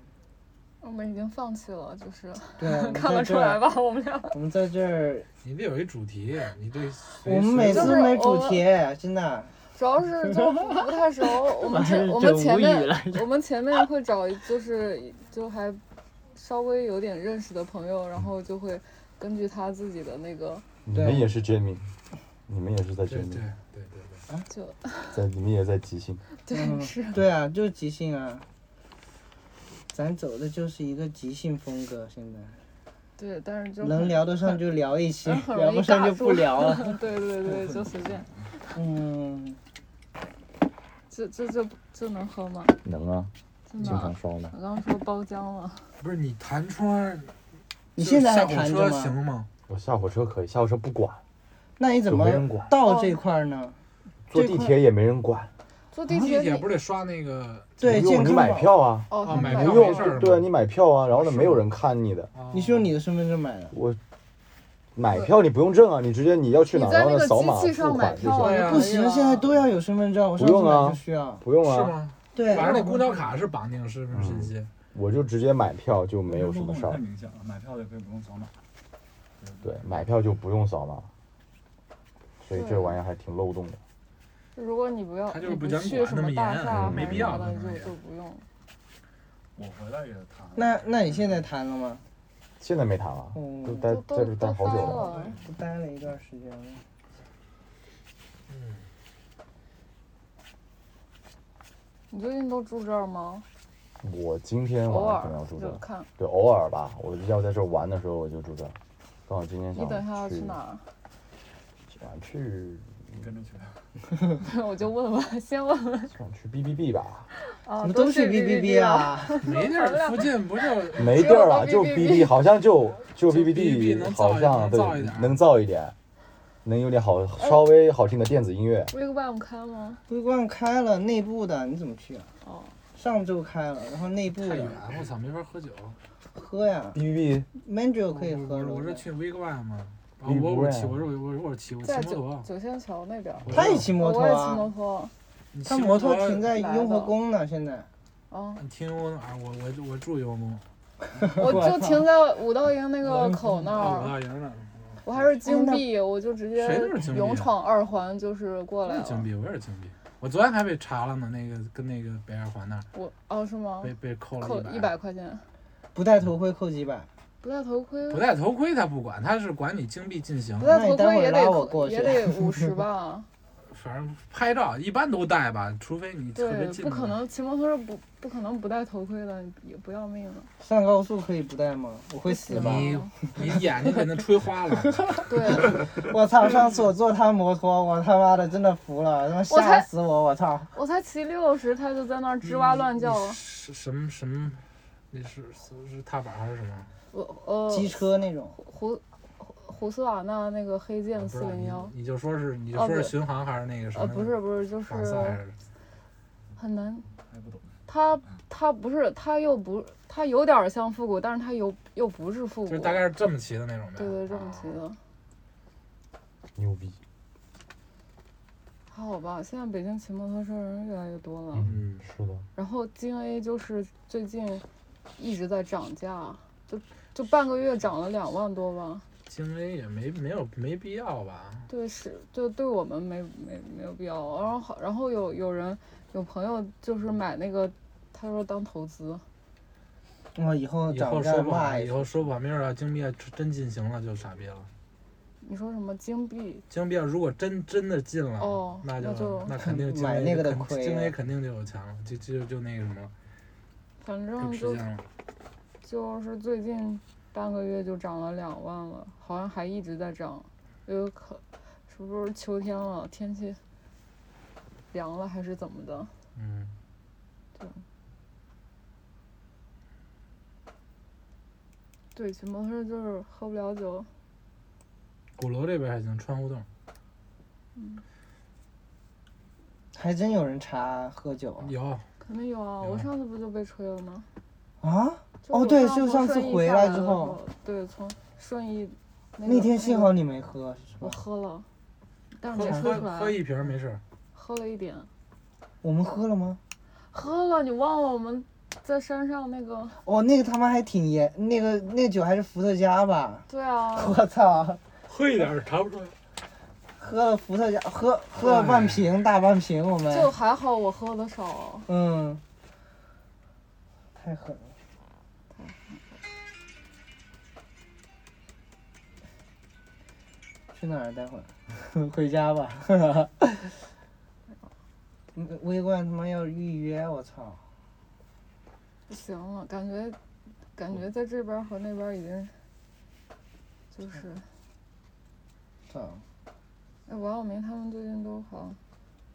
Speaker 4: 我们已经放弃了，就是
Speaker 2: 对啊，我们
Speaker 4: 看
Speaker 2: 在
Speaker 4: 得出
Speaker 2: 这
Speaker 4: 来
Speaker 2: 儿，
Speaker 4: 吧，我们俩。
Speaker 2: 我们在这
Speaker 5: (laughs)
Speaker 2: 儿，
Speaker 3: 你得有一主题，你得
Speaker 2: 我
Speaker 3: 随。
Speaker 2: 们每
Speaker 4: 就
Speaker 2: 次
Speaker 4: 是
Speaker 2: 没主
Speaker 4: 我
Speaker 2: 题，真的。
Speaker 4: 主要是
Speaker 2: (laughs)
Speaker 4: 就不太熟，我们前我
Speaker 2: 真
Speaker 4: 们
Speaker 2: 无
Speaker 4: 前
Speaker 2: 语了
Speaker 4: 面我们前面会找就是就还稍微有点认识的朋友，然后就会根据他自己的那个
Speaker 5: 你们
Speaker 2: 对
Speaker 5: 也是 jamming，你们也是在
Speaker 3: 对对
Speaker 5: jamming，
Speaker 3: 对对对，
Speaker 4: 就
Speaker 5: 在你们也在即兴。
Speaker 4: 对、
Speaker 2: 嗯
Speaker 4: 是，
Speaker 2: 对啊，就是即兴啊。咱走的就是一个即兴风格，现在
Speaker 4: 对，但是就
Speaker 2: 能
Speaker 4: 很
Speaker 2: 聊得 (laughs) 上就聊 (laughs) 一期
Speaker 4: 但是，很
Speaker 2: 聊
Speaker 4: 容易
Speaker 2: 不上
Speaker 4: 尬
Speaker 2: (laughs) 就
Speaker 4: (laughs) 住
Speaker 2: 不聊了。
Speaker 4: 对对对，就随便。
Speaker 2: 嗯，
Speaker 4: 就这这这这能喝吗？
Speaker 5: 能啊，
Speaker 4: 真
Speaker 5: 经
Speaker 4: 的啊
Speaker 5: 常？烧呢。
Speaker 4: 我刚说包浆了，
Speaker 3: 不是你弹窗，
Speaker 2: 你现在还
Speaker 3: 下火
Speaker 2: 弹
Speaker 3: 车
Speaker 2: 着
Speaker 3: 行
Speaker 2: 吗？
Speaker 3: 吗？
Speaker 5: 我下火车可以，下火车不管，
Speaker 2: 那你怎
Speaker 5: 就
Speaker 2: 么
Speaker 5: 没人管，
Speaker 2: 到这块儿呢？
Speaker 5: 坐
Speaker 2: 这
Speaker 5: 地
Speaker 2: 块
Speaker 5: 铁也没人管。
Speaker 4: 坐地
Speaker 3: 啊地
Speaker 4: 铁
Speaker 3: 铁
Speaker 4: 你
Speaker 3: 不是得刷那个？
Speaker 2: 对
Speaker 5: 不
Speaker 2: 健
Speaker 5: 用你
Speaker 2: 康
Speaker 5: 买
Speaker 2: 宝
Speaker 5: 票啊，
Speaker 4: 哦，
Speaker 3: 啊
Speaker 4: 他
Speaker 3: 买
Speaker 4: 买
Speaker 3: 票
Speaker 5: 不
Speaker 4: 票
Speaker 5: 用
Speaker 3: 没事儿
Speaker 5: 对啊，你买票啊，然后呢
Speaker 3: 是
Speaker 5: 没有人看你的，
Speaker 3: 啊
Speaker 2: 你是用你的身份证买的？
Speaker 5: 我买票你不用证啊，你直接你要去
Speaker 4: 你
Speaker 5: 哪儿，
Speaker 4: 在
Speaker 5: 然后
Speaker 4: 那
Speaker 5: 呢
Speaker 4: 个
Speaker 5: 扫
Speaker 4: 机
Speaker 5: 码
Speaker 4: 器
Speaker 5: 付
Speaker 4: 上买
Speaker 5: 款就
Speaker 4: 票
Speaker 5: 行，
Speaker 4: 啊
Speaker 3: 对呀
Speaker 2: 不行，现在都要有身份证，我上次
Speaker 5: 不用啊
Speaker 2: 买就需要。
Speaker 5: 不用
Speaker 3: 是
Speaker 5: 啊，
Speaker 3: 吗？
Speaker 2: 对，
Speaker 3: 晚上那公交卡是绑定身份信息，
Speaker 5: 我就直接买票就没有什么
Speaker 8: 互
Speaker 5: 事
Speaker 8: 动太
Speaker 5: 儿，
Speaker 8: 明显了，买票也可以不用扫码。
Speaker 5: 对，买票就不用扫码，所以
Speaker 4: 对
Speaker 5: 这玩意儿还挺漏洞的。
Speaker 4: (laughs) 如果你不要，
Speaker 3: 他就
Speaker 4: 你
Speaker 3: 是
Speaker 4: 不
Speaker 3: 不想
Speaker 4: 去
Speaker 3: 管
Speaker 4: 什
Speaker 3: 那
Speaker 4: 么
Speaker 3: 么
Speaker 4: 大
Speaker 3: 严
Speaker 4: 厦
Speaker 5: 嗯
Speaker 4: 或
Speaker 5: 没
Speaker 4: 者
Speaker 5: 必
Speaker 4: 什
Speaker 3: 要
Speaker 4: 么
Speaker 3: 可
Speaker 4: 的，
Speaker 3: 能
Speaker 4: 你
Speaker 3: 也
Speaker 4: 就就不用。
Speaker 8: 我回来
Speaker 5: 嗯
Speaker 8: 也谈。
Speaker 2: 那那你现在谈了吗？
Speaker 5: 现在没谈了，
Speaker 4: 哦
Speaker 2: 嗯
Speaker 5: 都待
Speaker 4: 都
Speaker 5: 在
Speaker 4: 都
Speaker 5: 这待好久
Speaker 4: 都
Speaker 5: 了，
Speaker 4: 了，
Speaker 2: 都待了一段时间了。
Speaker 4: 哦你最近都住这儿吗？
Speaker 5: 我今天
Speaker 4: 偶
Speaker 5: 晚上
Speaker 4: 尔
Speaker 5: 可能要住这
Speaker 4: 就
Speaker 5: 儿，
Speaker 4: 看
Speaker 5: 对，偶尔吧，我要在这儿玩的时候我就住这儿，刚好今天
Speaker 4: 你
Speaker 5: 想
Speaker 4: 等一下要去
Speaker 5: 去
Speaker 4: 哪儿？ (laughs)
Speaker 5: 想去
Speaker 8: 跟着去。
Speaker 4: 我就问问，先问问。
Speaker 5: 想去 B B
Speaker 4: (laughs)
Speaker 5: B 吧，
Speaker 4: 啊，
Speaker 2: 怎么
Speaker 4: 都
Speaker 2: 去 B
Speaker 4: B
Speaker 2: B
Speaker 4: B 啊？
Speaker 2: 啊？
Speaker 3: 没地儿，附近不就
Speaker 5: 没地儿了，
Speaker 4: 只有
Speaker 5: 就
Speaker 4: 个 BBD
Speaker 5: B B，好
Speaker 4: (laughs)
Speaker 5: 像就
Speaker 3: 就
Speaker 5: 就 B
Speaker 3: BBD
Speaker 5: D，
Speaker 3: 能造
Speaker 5: 好像
Speaker 3: 一能
Speaker 5: 对
Speaker 3: 造一点儿
Speaker 5: 能造一点，能有点好稍微好听的电子音乐。
Speaker 4: Big Bang 开吗？
Speaker 2: (laughs) 微冠开了，内部的你怎么去啊？
Speaker 4: 哦，
Speaker 2: 上周开了，然后内部
Speaker 3: 太远
Speaker 2: 的？
Speaker 3: 我操，没法喝酒。
Speaker 2: 喝呀
Speaker 5: B B
Speaker 2: ，Mango
Speaker 3: 我
Speaker 2: 可以喝
Speaker 3: 我
Speaker 2: 了。
Speaker 3: 我是去 Big One 嘛，啊
Speaker 5: 你
Speaker 3: 我
Speaker 5: 不
Speaker 3: 我
Speaker 5: 会
Speaker 3: 骑
Speaker 5: 啊
Speaker 3: 我是我我我骑我骑
Speaker 4: 在
Speaker 3: 摩托，
Speaker 4: 九仙桥那边儿。
Speaker 2: 他也骑摩
Speaker 4: 我
Speaker 2: 托
Speaker 4: 也骑摩
Speaker 2: 啊，
Speaker 4: 托。
Speaker 3: 你骑
Speaker 2: 他摩
Speaker 3: 托
Speaker 2: 托停在雍和宫呢，现在。
Speaker 4: 哦，
Speaker 3: 你听我哪儿？我我我住雍和
Speaker 2: (laughs)
Speaker 3: 宫，
Speaker 4: 我就停在五道营那个口那
Speaker 3: 啊，五
Speaker 4: 儿，
Speaker 3: 道营那儿。
Speaker 4: 我还是金币，我就直接
Speaker 3: 哎谁都是金币啊
Speaker 4: 勇闯二环，就是过
Speaker 3: 我
Speaker 4: 来
Speaker 3: 也金
Speaker 4: 了。
Speaker 3: 币，我也是金币。我昨天还被查了呢，那个跟那个北二环那儿
Speaker 4: 我哦是吗？
Speaker 3: 被被扣
Speaker 4: 扣
Speaker 3: 了
Speaker 4: 一
Speaker 3: 一
Speaker 4: 百块钱，
Speaker 2: 不戴头盔扣几百，
Speaker 4: 不戴头盔，
Speaker 3: 不戴头盔他不管，他是管你金币进行
Speaker 4: 不，戴
Speaker 2: 那
Speaker 4: 头
Speaker 2: 你待
Speaker 4: 盔
Speaker 2: 会儿
Speaker 4: 也
Speaker 2: 拉我过
Speaker 4: 得
Speaker 2: 去
Speaker 4: 也得
Speaker 2: (laughs)
Speaker 4: 五十吧？
Speaker 3: 反正拍照一般都戴吧，除非你 (laughs) 特
Speaker 4: 对
Speaker 3: 别，近。啊
Speaker 4: 不可。能骑摩托是不不可能不戴头盔的，也不要命
Speaker 2: (laughs)
Speaker 4: 了。
Speaker 2: 上高速可以不戴吗？我会死吧？
Speaker 3: 你你眼睛给那吹花
Speaker 4: (laughs)
Speaker 3: 了，
Speaker 4: 对，
Speaker 2: 我操！上次我坐他摩托，我他妈的真的服了，他妈
Speaker 4: 我才
Speaker 2: 吓死我！我操！
Speaker 4: 我才骑六十，他就在那儿吱哇乱叫。
Speaker 2: 嗯
Speaker 4: 啊
Speaker 3: 你是什么什么？那是是是踏板还是什么？
Speaker 4: 我呃，
Speaker 2: 机车那种，
Speaker 4: 胡胡胡斯瓦纳那个黑
Speaker 3: 我
Speaker 4: 剑
Speaker 3: 啊不知
Speaker 4: 四
Speaker 3: 道
Speaker 4: 零幺，
Speaker 3: 你你就说是你就
Speaker 4: 哦
Speaker 3: 说是
Speaker 4: 不
Speaker 3: 巡航还是那个什
Speaker 4: 呃，
Speaker 3: 么？
Speaker 4: 不是不是，就
Speaker 3: 马赛还
Speaker 4: 是
Speaker 3: 是
Speaker 4: 很难。
Speaker 8: 还不懂。
Speaker 4: 它它不是，它又不，它有点像复古，但是它又又不是复
Speaker 3: 就
Speaker 4: 古。
Speaker 3: 是大概是这么骑的那种呗。啊
Speaker 4: 对对，这么骑的。
Speaker 5: 牛逼，
Speaker 4: 还好吧，现在北京骑摩托车人越来越多了。
Speaker 3: 嗯，
Speaker 5: 是的，
Speaker 4: 然后京 A 就是最近一直在涨价，就就半个月涨了两万多吧。
Speaker 3: 京 A 也没没有没必要吧？
Speaker 4: 对，是，就对我们没没没有必要。然后好，然后有有人有朋友就是买那个，他说当投资，
Speaker 2: 我以后
Speaker 3: 以
Speaker 2: 长
Speaker 3: 后
Speaker 2: 这
Speaker 3: 说不
Speaker 2: 骂
Speaker 3: 好，
Speaker 2: 一
Speaker 3: 以后说不好，没准要金币要真进行了就傻逼了。
Speaker 4: 你说什么金币？
Speaker 3: 金币要如果真真的进了，
Speaker 4: 哦
Speaker 3: 那
Speaker 4: 那就
Speaker 3: 那肯定京 A
Speaker 2: 买那个的
Speaker 3: 肯
Speaker 2: 亏
Speaker 3: 京
Speaker 2: 了
Speaker 3: A 肯定就有钱了，就就就那个什么了
Speaker 4: 反
Speaker 3: 有
Speaker 4: 正
Speaker 3: 时
Speaker 4: 嗯就
Speaker 3: 间了。
Speaker 4: 就是最近半个月就涨了两万了，好像还一直在涨。有可是不是秋天了，天气凉了还是怎么的？
Speaker 3: 嗯，
Speaker 4: 对，骑摩托车就是喝不了酒，
Speaker 3: 鼓楼这边还行，川胡同
Speaker 2: 还真有人查喝酒啊
Speaker 3: 有
Speaker 4: 肯定有啊。
Speaker 3: 有
Speaker 4: 我上次不就被吹了吗？
Speaker 2: 啊！
Speaker 4: 就
Speaker 2: 嗯哦
Speaker 4: 我
Speaker 2: 对就
Speaker 4: 从
Speaker 2: 上次
Speaker 4: 顺义
Speaker 2: 回
Speaker 4: 下
Speaker 2: 来
Speaker 4: 的
Speaker 2: 之
Speaker 4: 时
Speaker 2: 后
Speaker 4: 候，对，从顺义那
Speaker 2: 那
Speaker 4: 个
Speaker 2: 天幸
Speaker 4: 个
Speaker 2: 好你没喝，是
Speaker 4: 我
Speaker 2: 吧？
Speaker 4: 喝了，但是
Speaker 3: 喝
Speaker 4: 没说出
Speaker 3: 喝
Speaker 4: 来，
Speaker 3: 喝一瓶没事儿，
Speaker 4: 喝了一点，
Speaker 2: 我们喝了吗？
Speaker 4: 喝了。你忘了我们在山上那个？
Speaker 2: 哦，那个他妈还挺严，那个那酒还是伏特加吧？
Speaker 4: 对啊，
Speaker 2: 我操！
Speaker 3: 喝一点儿查不出来。
Speaker 2: 喝了伏特加，喝喝了半瓶，大半瓶，我们
Speaker 4: 就还好我喝的少。
Speaker 2: 嗯，太狠了。去哪儿？待会儿 (laughs) 回家吧。嗯微冠他妈要预约，我操！
Speaker 4: 不行了，感觉感觉在这边儿和那边儿已经就是，
Speaker 2: 操！
Speaker 4: 哎，王晓明他们最近都好像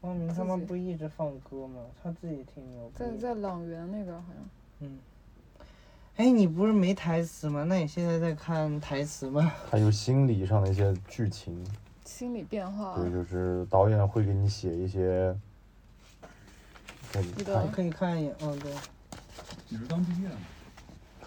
Speaker 2: 光明他们
Speaker 4: 自己
Speaker 2: 不一直放歌吗？他自己挺牛逼
Speaker 4: 在
Speaker 2: 的。
Speaker 4: 在朗园那边好像。
Speaker 2: 嗯。哎，你不是没台词吗？那你现在在看台词吗？ (laughs)
Speaker 5: 还有心理上的一些剧情，
Speaker 4: 心理变
Speaker 2: 啊
Speaker 4: 化，
Speaker 5: 对，就是导演会给你写一些，给你
Speaker 4: 你的
Speaker 5: 看
Speaker 2: 可以看一眼。嗯、对。
Speaker 8: 你是刚毕业的吗？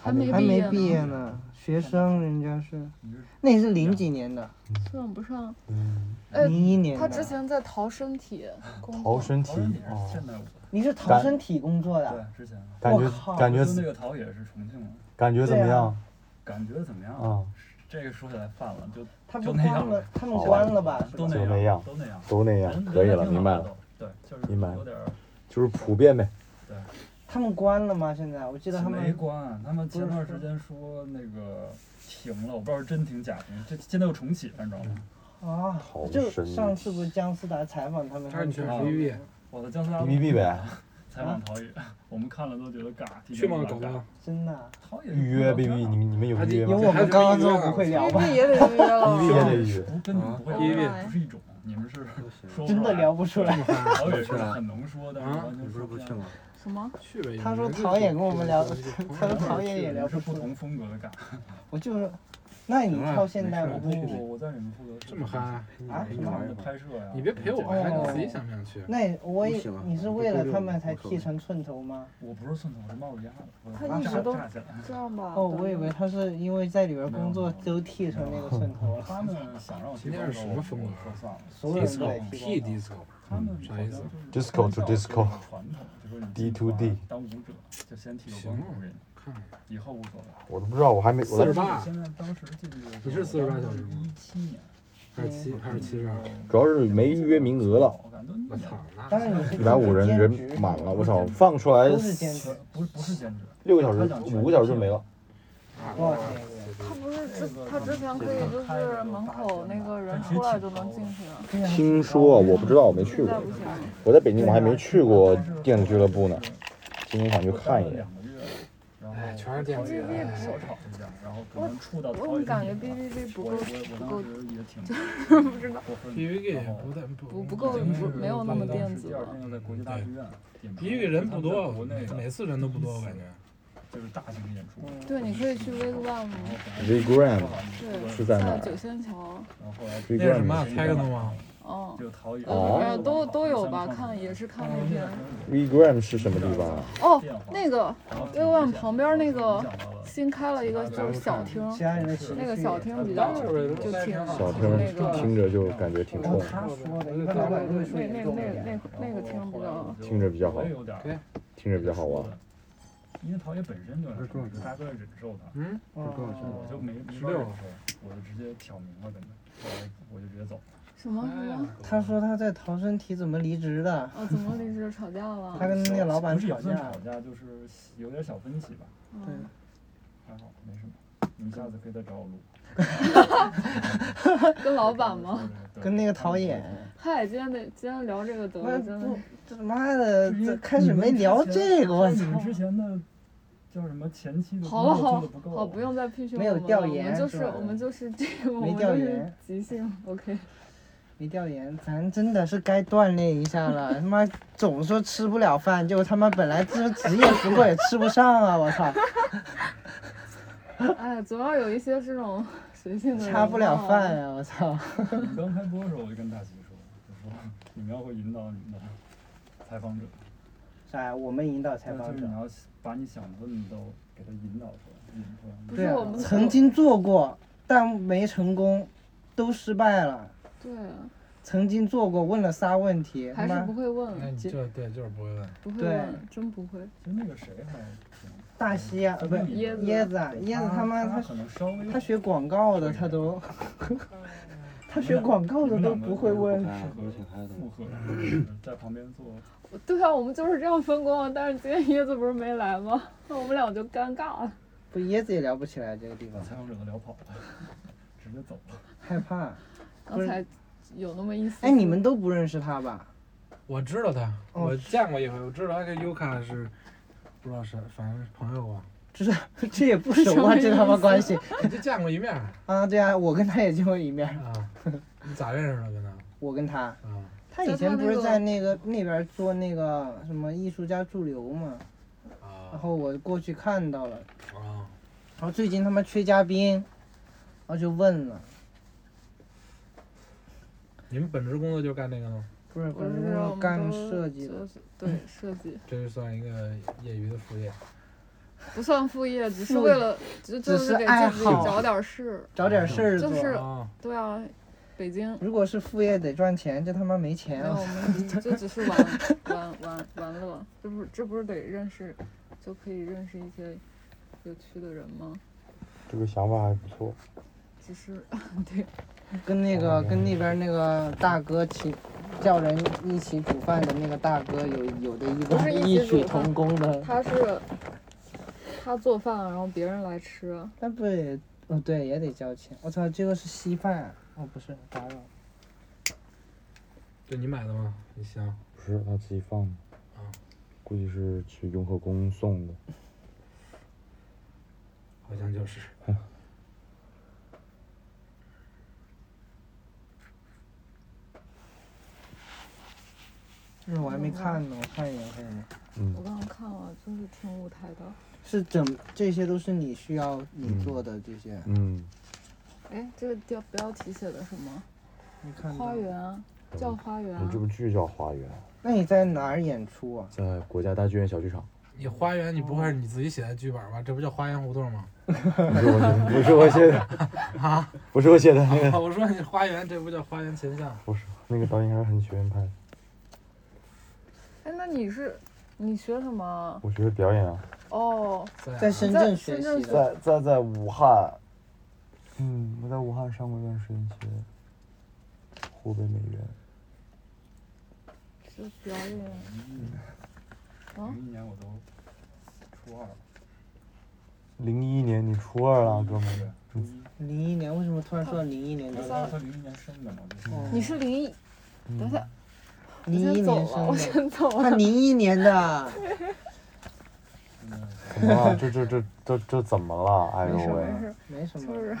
Speaker 4: 还没
Speaker 2: 还没毕
Speaker 4: 毕
Speaker 2: 业
Speaker 4: 业呢，
Speaker 2: 呢，学生人家是，
Speaker 8: 你是
Speaker 2: 那是零几年的，
Speaker 4: 算不上。
Speaker 5: 嗯
Speaker 4: 哎
Speaker 2: 零一年
Speaker 4: 他之
Speaker 2: 的。
Speaker 4: 前在逃生体工
Speaker 5: 逃
Speaker 4: 作，
Speaker 5: 生题
Speaker 8: 陶然你嗯是
Speaker 5: 哦，
Speaker 8: 现代舞的，
Speaker 2: 你是逃生体工作的？
Speaker 8: 对，之前的
Speaker 5: 感
Speaker 2: 我
Speaker 5: 觉
Speaker 2: 靠
Speaker 5: 感觉
Speaker 8: 就那个陶也是重庆的，
Speaker 5: 感觉怎么
Speaker 2: 对啊
Speaker 5: 样？
Speaker 8: 感觉怎么样？
Speaker 5: 啊，
Speaker 8: 这个说起来犯了，就
Speaker 2: 他不
Speaker 8: 就那
Speaker 2: 关
Speaker 8: 样
Speaker 2: 了
Speaker 8: 吧，
Speaker 2: 他们关了吧？是
Speaker 8: 都
Speaker 2: 吧？
Speaker 8: 那
Speaker 5: 就那样
Speaker 8: 都那样，
Speaker 5: 都那样，
Speaker 8: 人
Speaker 5: 可以
Speaker 8: 人
Speaker 5: 了，
Speaker 8: 挺
Speaker 5: 明
Speaker 8: 好
Speaker 5: 白
Speaker 8: 的
Speaker 5: 了，
Speaker 8: 都。对，就是
Speaker 5: 明白了
Speaker 8: 有点儿
Speaker 5: 就是普遍呗。
Speaker 2: 他们关了吗？现在我记得他
Speaker 8: 没
Speaker 2: 们
Speaker 8: 关，他们前段时间说那个停了，我不知道是真停假停，这现在又重启了，你知道吗？
Speaker 5: 嗯
Speaker 2: 啊
Speaker 5: 逃，
Speaker 2: 就
Speaker 5: 生
Speaker 2: 上次不是姜思达采访他们，
Speaker 3: 他
Speaker 2: 们
Speaker 3: 是去
Speaker 2: 说
Speaker 3: BB
Speaker 8: 我的姜思达
Speaker 5: B B 呗，
Speaker 8: 采访陶冶，
Speaker 5: 啊
Speaker 8: (laughs) 我们看了都觉得尬。
Speaker 3: 去吗？狗
Speaker 8: 狗
Speaker 3: 子？
Speaker 2: 真的啊，
Speaker 8: 陶冶
Speaker 5: 预约 B B，你们你们有
Speaker 3: 还
Speaker 5: 预约
Speaker 3: 得
Speaker 2: 有
Speaker 5: 吗
Speaker 2: 我们刚刚这么不会聊
Speaker 4: 因
Speaker 8: (laughs)
Speaker 2: 吧？
Speaker 4: 为
Speaker 5: (laughs)
Speaker 4: 也得约
Speaker 8: 啊
Speaker 4: 了
Speaker 5: ？B B 也得预约，
Speaker 8: 不跟你们不会
Speaker 3: 啊音
Speaker 8: 聊
Speaker 3: 乐
Speaker 8: 不是一种，你们是说不
Speaker 2: 真的
Speaker 8: 出来
Speaker 2: 聊。不出
Speaker 8: (laughs)
Speaker 2: 来。
Speaker 8: 陶冶是很能说，但是
Speaker 3: 啊
Speaker 8: 完全
Speaker 9: 你不是不去
Speaker 8: 说
Speaker 9: 吗？
Speaker 4: 什么？
Speaker 3: 去呗。
Speaker 2: 他说
Speaker 3: 人家
Speaker 2: 陶冶
Speaker 3: 就
Speaker 2: 跟我们
Speaker 3: 就
Speaker 2: 聊
Speaker 3: 就就
Speaker 2: 他说
Speaker 3: 就
Speaker 2: 陶冶也
Speaker 8: 不
Speaker 2: 聊
Speaker 8: 上是
Speaker 2: 不出
Speaker 8: 不
Speaker 2: 来。
Speaker 8: 同风格的尬。
Speaker 2: 我就是，那你
Speaker 9: 行
Speaker 8: 啊
Speaker 9: 了
Speaker 2: 跳现代
Speaker 9: 没
Speaker 2: 舞
Speaker 9: 事
Speaker 2: 不
Speaker 8: 不
Speaker 2: 行？
Speaker 8: 不，我在你们负责
Speaker 3: 这么嗨啊？
Speaker 2: 啊
Speaker 3: 你
Speaker 2: 什么
Speaker 8: 你们拍摄啊呀？
Speaker 3: 你别陪我呀，你自己想不想去？
Speaker 2: 那我也
Speaker 9: 不行啊
Speaker 2: 你是
Speaker 9: 不
Speaker 2: 为
Speaker 9: 够
Speaker 2: 了
Speaker 9: 用
Speaker 2: 他们
Speaker 9: 不
Speaker 2: 才
Speaker 9: 够
Speaker 2: 剃
Speaker 9: 用
Speaker 2: 成寸头吗？
Speaker 8: 我不是寸头，我是帽子压的。我
Speaker 4: 他一直都
Speaker 8: 炸炸起来。
Speaker 4: 这样吧。
Speaker 2: 哦，我以
Speaker 4: 等
Speaker 2: 为
Speaker 4: 等
Speaker 2: 他是因为在里边工作
Speaker 8: 没有没有
Speaker 2: 都剃成那个寸头了。
Speaker 8: 他们想让我
Speaker 3: 今天是什么风格啊
Speaker 8: 我说算了，
Speaker 2: 所有人都在
Speaker 3: disco
Speaker 2: 剃光头
Speaker 3: P disco，
Speaker 8: 他们
Speaker 3: 啥意思
Speaker 5: ？Disco to disco
Speaker 8: 传统就是
Speaker 5: D to D
Speaker 8: 当舞者就先剃个
Speaker 3: 行
Speaker 8: 光
Speaker 3: 了
Speaker 8: 头给你，
Speaker 3: 看看。
Speaker 8: 以后无所谓。
Speaker 5: 我都不知道，我还没我
Speaker 3: 四
Speaker 5: 来
Speaker 3: 十八
Speaker 8: 现在当时进去的时候，
Speaker 3: 你是48小时吗
Speaker 8: 一七年，嗯
Speaker 3: 二十七，二十七十二。
Speaker 5: 主要是没预约名额了，
Speaker 8: 我感觉你
Speaker 3: 我操，那
Speaker 4: 嗯
Speaker 2: 但是你是
Speaker 5: 一百五人
Speaker 2: 兼
Speaker 5: 人
Speaker 2: 职
Speaker 5: 满了，我操，放出来
Speaker 2: 都是兼职，
Speaker 8: 不是不是兼职，
Speaker 5: 六个小时，五个小时就没了。
Speaker 2: 多少钱一个人？
Speaker 4: 他不是之他之前可以就是门口那个人出来就能进去，
Speaker 2: 对啊
Speaker 5: 听说我不知道，我没去
Speaker 4: 现在
Speaker 5: 过
Speaker 4: 不。行。
Speaker 5: 我在北京，我还没去过电子俱乐部呢，今天想去
Speaker 8: 我待
Speaker 5: 看
Speaker 8: 了
Speaker 5: 一眼。
Speaker 8: 两个月，然后
Speaker 3: 哎，全是电子哎
Speaker 4: 这
Speaker 3: 的。
Speaker 8: 小吵一架，然后可能触到
Speaker 4: 我
Speaker 8: 陶
Speaker 4: 怎
Speaker 8: 冶
Speaker 4: 么感觉
Speaker 8: 的点
Speaker 4: B
Speaker 8: 了
Speaker 4: B B 不
Speaker 8: 我
Speaker 4: 够
Speaker 8: 我我当时也挺不知道过分的。
Speaker 3: 因为也
Speaker 8: 然后
Speaker 3: 不但
Speaker 4: 不
Speaker 3: 不
Speaker 4: 不够
Speaker 8: 已经是
Speaker 4: 没有那么
Speaker 8: 当时
Speaker 4: 电子
Speaker 8: 第二
Speaker 4: 了
Speaker 8: 天又在国际大剧院演出，
Speaker 3: 因为人不多，
Speaker 8: 国内
Speaker 3: 每次人都不多，我感觉。
Speaker 8: 就是大型演出。
Speaker 4: 对，你可以去 Wig One，
Speaker 8: 然后本来
Speaker 5: The Grand
Speaker 4: 对，
Speaker 5: 是在哪
Speaker 4: 在
Speaker 5: 儿
Speaker 4: 九仙桥，
Speaker 8: 然后后来
Speaker 5: ，The
Speaker 3: 那是什么
Speaker 5: Grand
Speaker 3: techno 吗？
Speaker 4: 嗯，
Speaker 8: 就陶冶
Speaker 5: 哦
Speaker 4: 呃都都有吧，看也是看那边。
Speaker 5: V Grand 是什么地方啊？
Speaker 4: 哦，那个
Speaker 8: 然后
Speaker 4: Wig One 旁边那
Speaker 8: 影
Speaker 4: 个
Speaker 8: 响到了
Speaker 4: 新开了一个就是小厅，
Speaker 2: 其他人的情
Speaker 4: 嗯那个
Speaker 2: 绪
Speaker 4: 小厅比较
Speaker 3: 是
Speaker 4: 就挺
Speaker 5: 小
Speaker 4: 挺
Speaker 5: 厅
Speaker 4: 那个
Speaker 5: 听着就感觉挺
Speaker 2: 然后
Speaker 5: 冲的，
Speaker 2: 他说的，一般老板都会说
Speaker 4: 那那
Speaker 2: 严重一
Speaker 4: 那
Speaker 2: 点。
Speaker 4: 那那个厅比较，
Speaker 5: 听着比较好
Speaker 8: 我也有点儿
Speaker 5: 听着比较好玩。
Speaker 8: 因为陶冶本身就是大家都在忍受他，
Speaker 3: 嗯，
Speaker 8: 我就
Speaker 2: 哦
Speaker 8: 没没法
Speaker 3: 16
Speaker 8: 忍受，我就直接挑明了跟他，我就我就直接走了。
Speaker 4: 什么什么
Speaker 2: 他说他在逃生体怎么离职的？
Speaker 4: 哦，怎么离职吵架了
Speaker 2: 他？跟那个老板
Speaker 8: 不是也
Speaker 2: 吵
Speaker 8: 不算
Speaker 2: 架
Speaker 8: 吵。架，就是有点小分歧吧，
Speaker 4: 嗯，
Speaker 8: 还好没什么。你下次可以再找我录。
Speaker 4: 跟老板吗？
Speaker 8: 对
Speaker 2: 跟那个陶冶，
Speaker 4: 嗨，今天得今天聊这个得
Speaker 2: 那
Speaker 4: 了，真
Speaker 2: 不
Speaker 4: 的，
Speaker 2: 这他妈的，
Speaker 8: 因
Speaker 2: 这
Speaker 8: 为
Speaker 2: 开始没聊这个，我
Speaker 8: 你
Speaker 2: 操！
Speaker 8: 们
Speaker 4: (laughs)
Speaker 8: 之前的叫什么前期的
Speaker 4: 好了
Speaker 8: 工作
Speaker 4: 好
Speaker 8: 做得不够，啊
Speaker 4: 好，不用再批评我
Speaker 2: 没
Speaker 4: 们
Speaker 2: 有
Speaker 4: 了，
Speaker 2: 调
Speaker 4: 我们
Speaker 2: 研
Speaker 4: 就是是
Speaker 2: 吧
Speaker 4: 我们就是
Speaker 2: (laughs)
Speaker 4: 这个，我
Speaker 2: 没
Speaker 4: 们
Speaker 2: 调
Speaker 4: 就是
Speaker 2: 研
Speaker 4: 即兴，OK， (laughs)
Speaker 2: 没调研，咱真的是该锻炼一下了。他妈总说吃不了饭，就他妈本来这职业不过也吃不上啊！我操，
Speaker 4: 哎，总要有一些这种随
Speaker 2: (laughs)
Speaker 4: 性的人啊
Speaker 2: 掐不了
Speaker 4: 嘛
Speaker 2: 饭，呀、我 (laughs) 操，
Speaker 8: 你刚开播的时候，我就跟大齐说，我说你们要会引导你们的采访者，
Speaker 2: 啥呀？哎我们引导采
Speaker 8: 就
Speaker 2: 访
Speaker 8: 是
Speaker 2: 者
Speaker 8: 你，要把你想问的都给他引导出来，引出来。
Speaker 4: 不是
Speaker 2: 对啊
Speaker 4: 我们，
Speaker 2: 曾经做过，但没成功，都失败了。
Speaker 4: 对啊，
Speaker 2: 曾经做过，问了仨问题，他
Speaker 4: 还是
Speaker 2: 妈
Speaker 4: 不会
Speaker 3: 那
Speaker 4: 问，
Speaker 3: 你就对，就是不会问。
Speaker 4: 不会
Speaker 2: 对
Speaker 4: 问，真不会，
Speaker 8: 其实那个谁还挺，
Speaker 2: 大西啊，呃不是
Speaker 4: 椰子
Speaker 2: 椰子啊，椰子他妈
Speaker 8: 他
Speaker 2: 他
Speaker 8: 可能稍微
Speaker 2: 他学广告的，他都，
Speaker 4: 嗯
Speaker 2: (laughs) 他学广告的都不会问。
Speaker 9: 哎，我挺嗨的。
Speaker 8: 附和，
Speaker 2: (laughs)
Speaker 8: 就是在旁边做，
Speaker 4: 对啊，我们就是这样分工啊，但是今天椰子不是没来吗？ (laughs) 那我们俩就尴尬了，
Speaker 2: 不，椰子也聊不起来这个地
Speaker 8: 把
Speaker 2: 方，
Speaker 8: 采访者都聊跑了，直接走了。
Speaker 2: 害怕。不
Speaker 4: 刚
Speaker 2: 是
Speaker 4: 才有那么一丝，
Speaker 2: 嗯哎，你们都不认识他吧？ (laughs)
Speaker 3: 我知道他，
Speaker 2: 哦
Speaker 3: 我见过一回，我知道他跟 Yuka 是不知道是，反正是朋友吧，
Speaker 2: 这也不熟啊，这他妈关系
Speaker 3: 你就见过一面儿
Speaker 2: 啊！对啊，我跟他也见过一面，
Speaker 3: 啊。你咋认识的？跟他
Speaker 2: 我跟他
Speaker 3: 啊，
Speaker 2: 他
Speaker 4: 就
Speaker 2: 以前
Speaker 4: 他
Speaker 2: 不
Speaker 4: 那
Speaker 2: 是
Speaker 4: 个
Speaker 2: 在那个那边做那个什么艺术家驻留嘛，然后我过去看到了，
Speaker 3: 啊，
Speaker 2: 然后最近他们缺嘉宾，然后就问了，
Speaker 3: 你们本职工作就干这个吗？
Speaker 2: 不是
Speaker 4: 我
Speaker 2: 不
Speaker 4: 是
Speaker 2: 是
Speaker 4: 说我
Speaker 2: 那
Speaker 4: 们
Speaker 2: 个干
Speaker 4: 都
Speaker 2: 设计
Speaker 4: 就
Speaker 2: 的，
Speaker 4: 是对设计
Speaker 3: 这就算一个业余的副业。
Speaker 4: 不算副业，只是
Speaker 2: 副
Speaker 4: 为了就就
Speaker 2: 只
Speaker 4: 是
Speaker 2: 是
Speaker 4: 给
Speaker 2: 爱
Speaker 4: 自己
Speaker 2: 好
Speaker 4: 找点事儿。
Speaker 2: 找点事儿
Speaker 4: 就
Speaker 2: 做。
Speaker 4: 是
Speaker 3: 啊，
Speaker 4: 对啊，北京
Speaker 2: 如果是副业得赚钱，这他妈没钱 (laughs)
Speaker 4: 没有，
Speaker 2: 啊！
Speaker 4: 我们就只是玩玩玩玩乐，这不这不是得认识，就可以认识一些有趣的人吗？
Speaker 5: 这个想法还不错。
Speaker 4: 只是 (laughs) 对，
Speaker 2: 跟那个跟那边那个大哥起叫人一起煮饭的那个大哥有有的一
Speaker 4: 不是
Speaker 2: 个
Speaker 4: 一起
Speaker 2: 异曲
Speaker 4: 煮饭
Speaker 2: 同工的，
Speaker 4: 他是他做饭，然后别人来吃，
Speaker 2: 那不也哦对也得交钱。我操，这个是稀饭啊，哦不是打扰。
Speaker 3: 这你买的吗？你箱
Speaker 5: 不是他自己放的，
Speaker 3: 啊
Speaker 5: 估计是去雍和宫送的。
Speaker 3: 好像就是。
Speaker 2: 这是我还没看呢，我看一眼可以吗？
Speaker 4: 我
Speaker 5: 嗯，
Speaker 4: 刚刚看了，真是挺舞台的。
Speaker 2: 是整这些都是你需要你
Speaker 5: 嗯
Speaker 2: 做的这些，
Speaker 5: 嗯，
Speaker 4: 哎，这个标标题写的什么？
Speaker 2: 你看到
Speaker 4: 花
Speaker 2: 吗。
Speaker 4: 园啊叫花园
Speaker 5: 我
Speaker 4: 啊
Speaker 5: 们这，部剧叫《花园啊
Speaker 2: 那你在哪儿演出啊》，？
Speaker 5: 在国家大剧院小剧场。
Speaker 3: 你花园，你不会是你自己写的剧本吧？这不叫花园胡同吗？
Speaker 5: 不是我写的，不是我写 (laughs) 的，
Speaker 3: 啊，
Speaker 5: 不是我写的。那个
Speaker 3: (laughs) 我说你花园，这不叫花园前巷。
Speaker 5: 不是那个导演还是很喜欢拍的。
Speaker 4: 哎，那你是你学什么？
Speaker 5: 我学的表演啊，
Speaker 4: 哦，
Speaker 2: 在
Speaker 3: 在啊
Speaker 2: 深
Speaker 4: 在
Speaker 2: 圳学
Speaker 4: 深
Speaker 2: 习
Speaker 4: 圳
Speaker 2: 的，
Speaker 5: 在在在武汉，嗯，我在武汉上过一段时间学湖北美院。
Speaker 4: 是表演。
Speaker 2: 哦
Speaker 4: 啊
Speaker 8: 零一年我都初二了，
Speaker 5: 零一年你初二了，哥们儿，
Speaker 8: 初一，
Speaker 2: 零一年为什么突然说到零一年
Speaker 8: 然
Speaker 2: 的？
Speaker 8: 后他零一年生的嘛，就是
Speaker 2: 哦
Speaker 4: 你是零一，
Speaker 5: 嗯
Speaker 4: 等一下，我
Speaker 2: 零一年
Speaker 4: 先走了，
Speaker 2: 生
Speaker 4: 我
Speaker 2: 的，
Speaker 4: 先走了。
Speaker 2: 他零一年的，
Speaker 5: 怎么了？这这这这这怎么了？哎呦
Speaker 4: 没事
Speaker 5: 喂！
Speaker 4: 没事，
Speaker 2: 没什
Speaker 4: 就
Speaker 2: 么
Speaker 4: 是。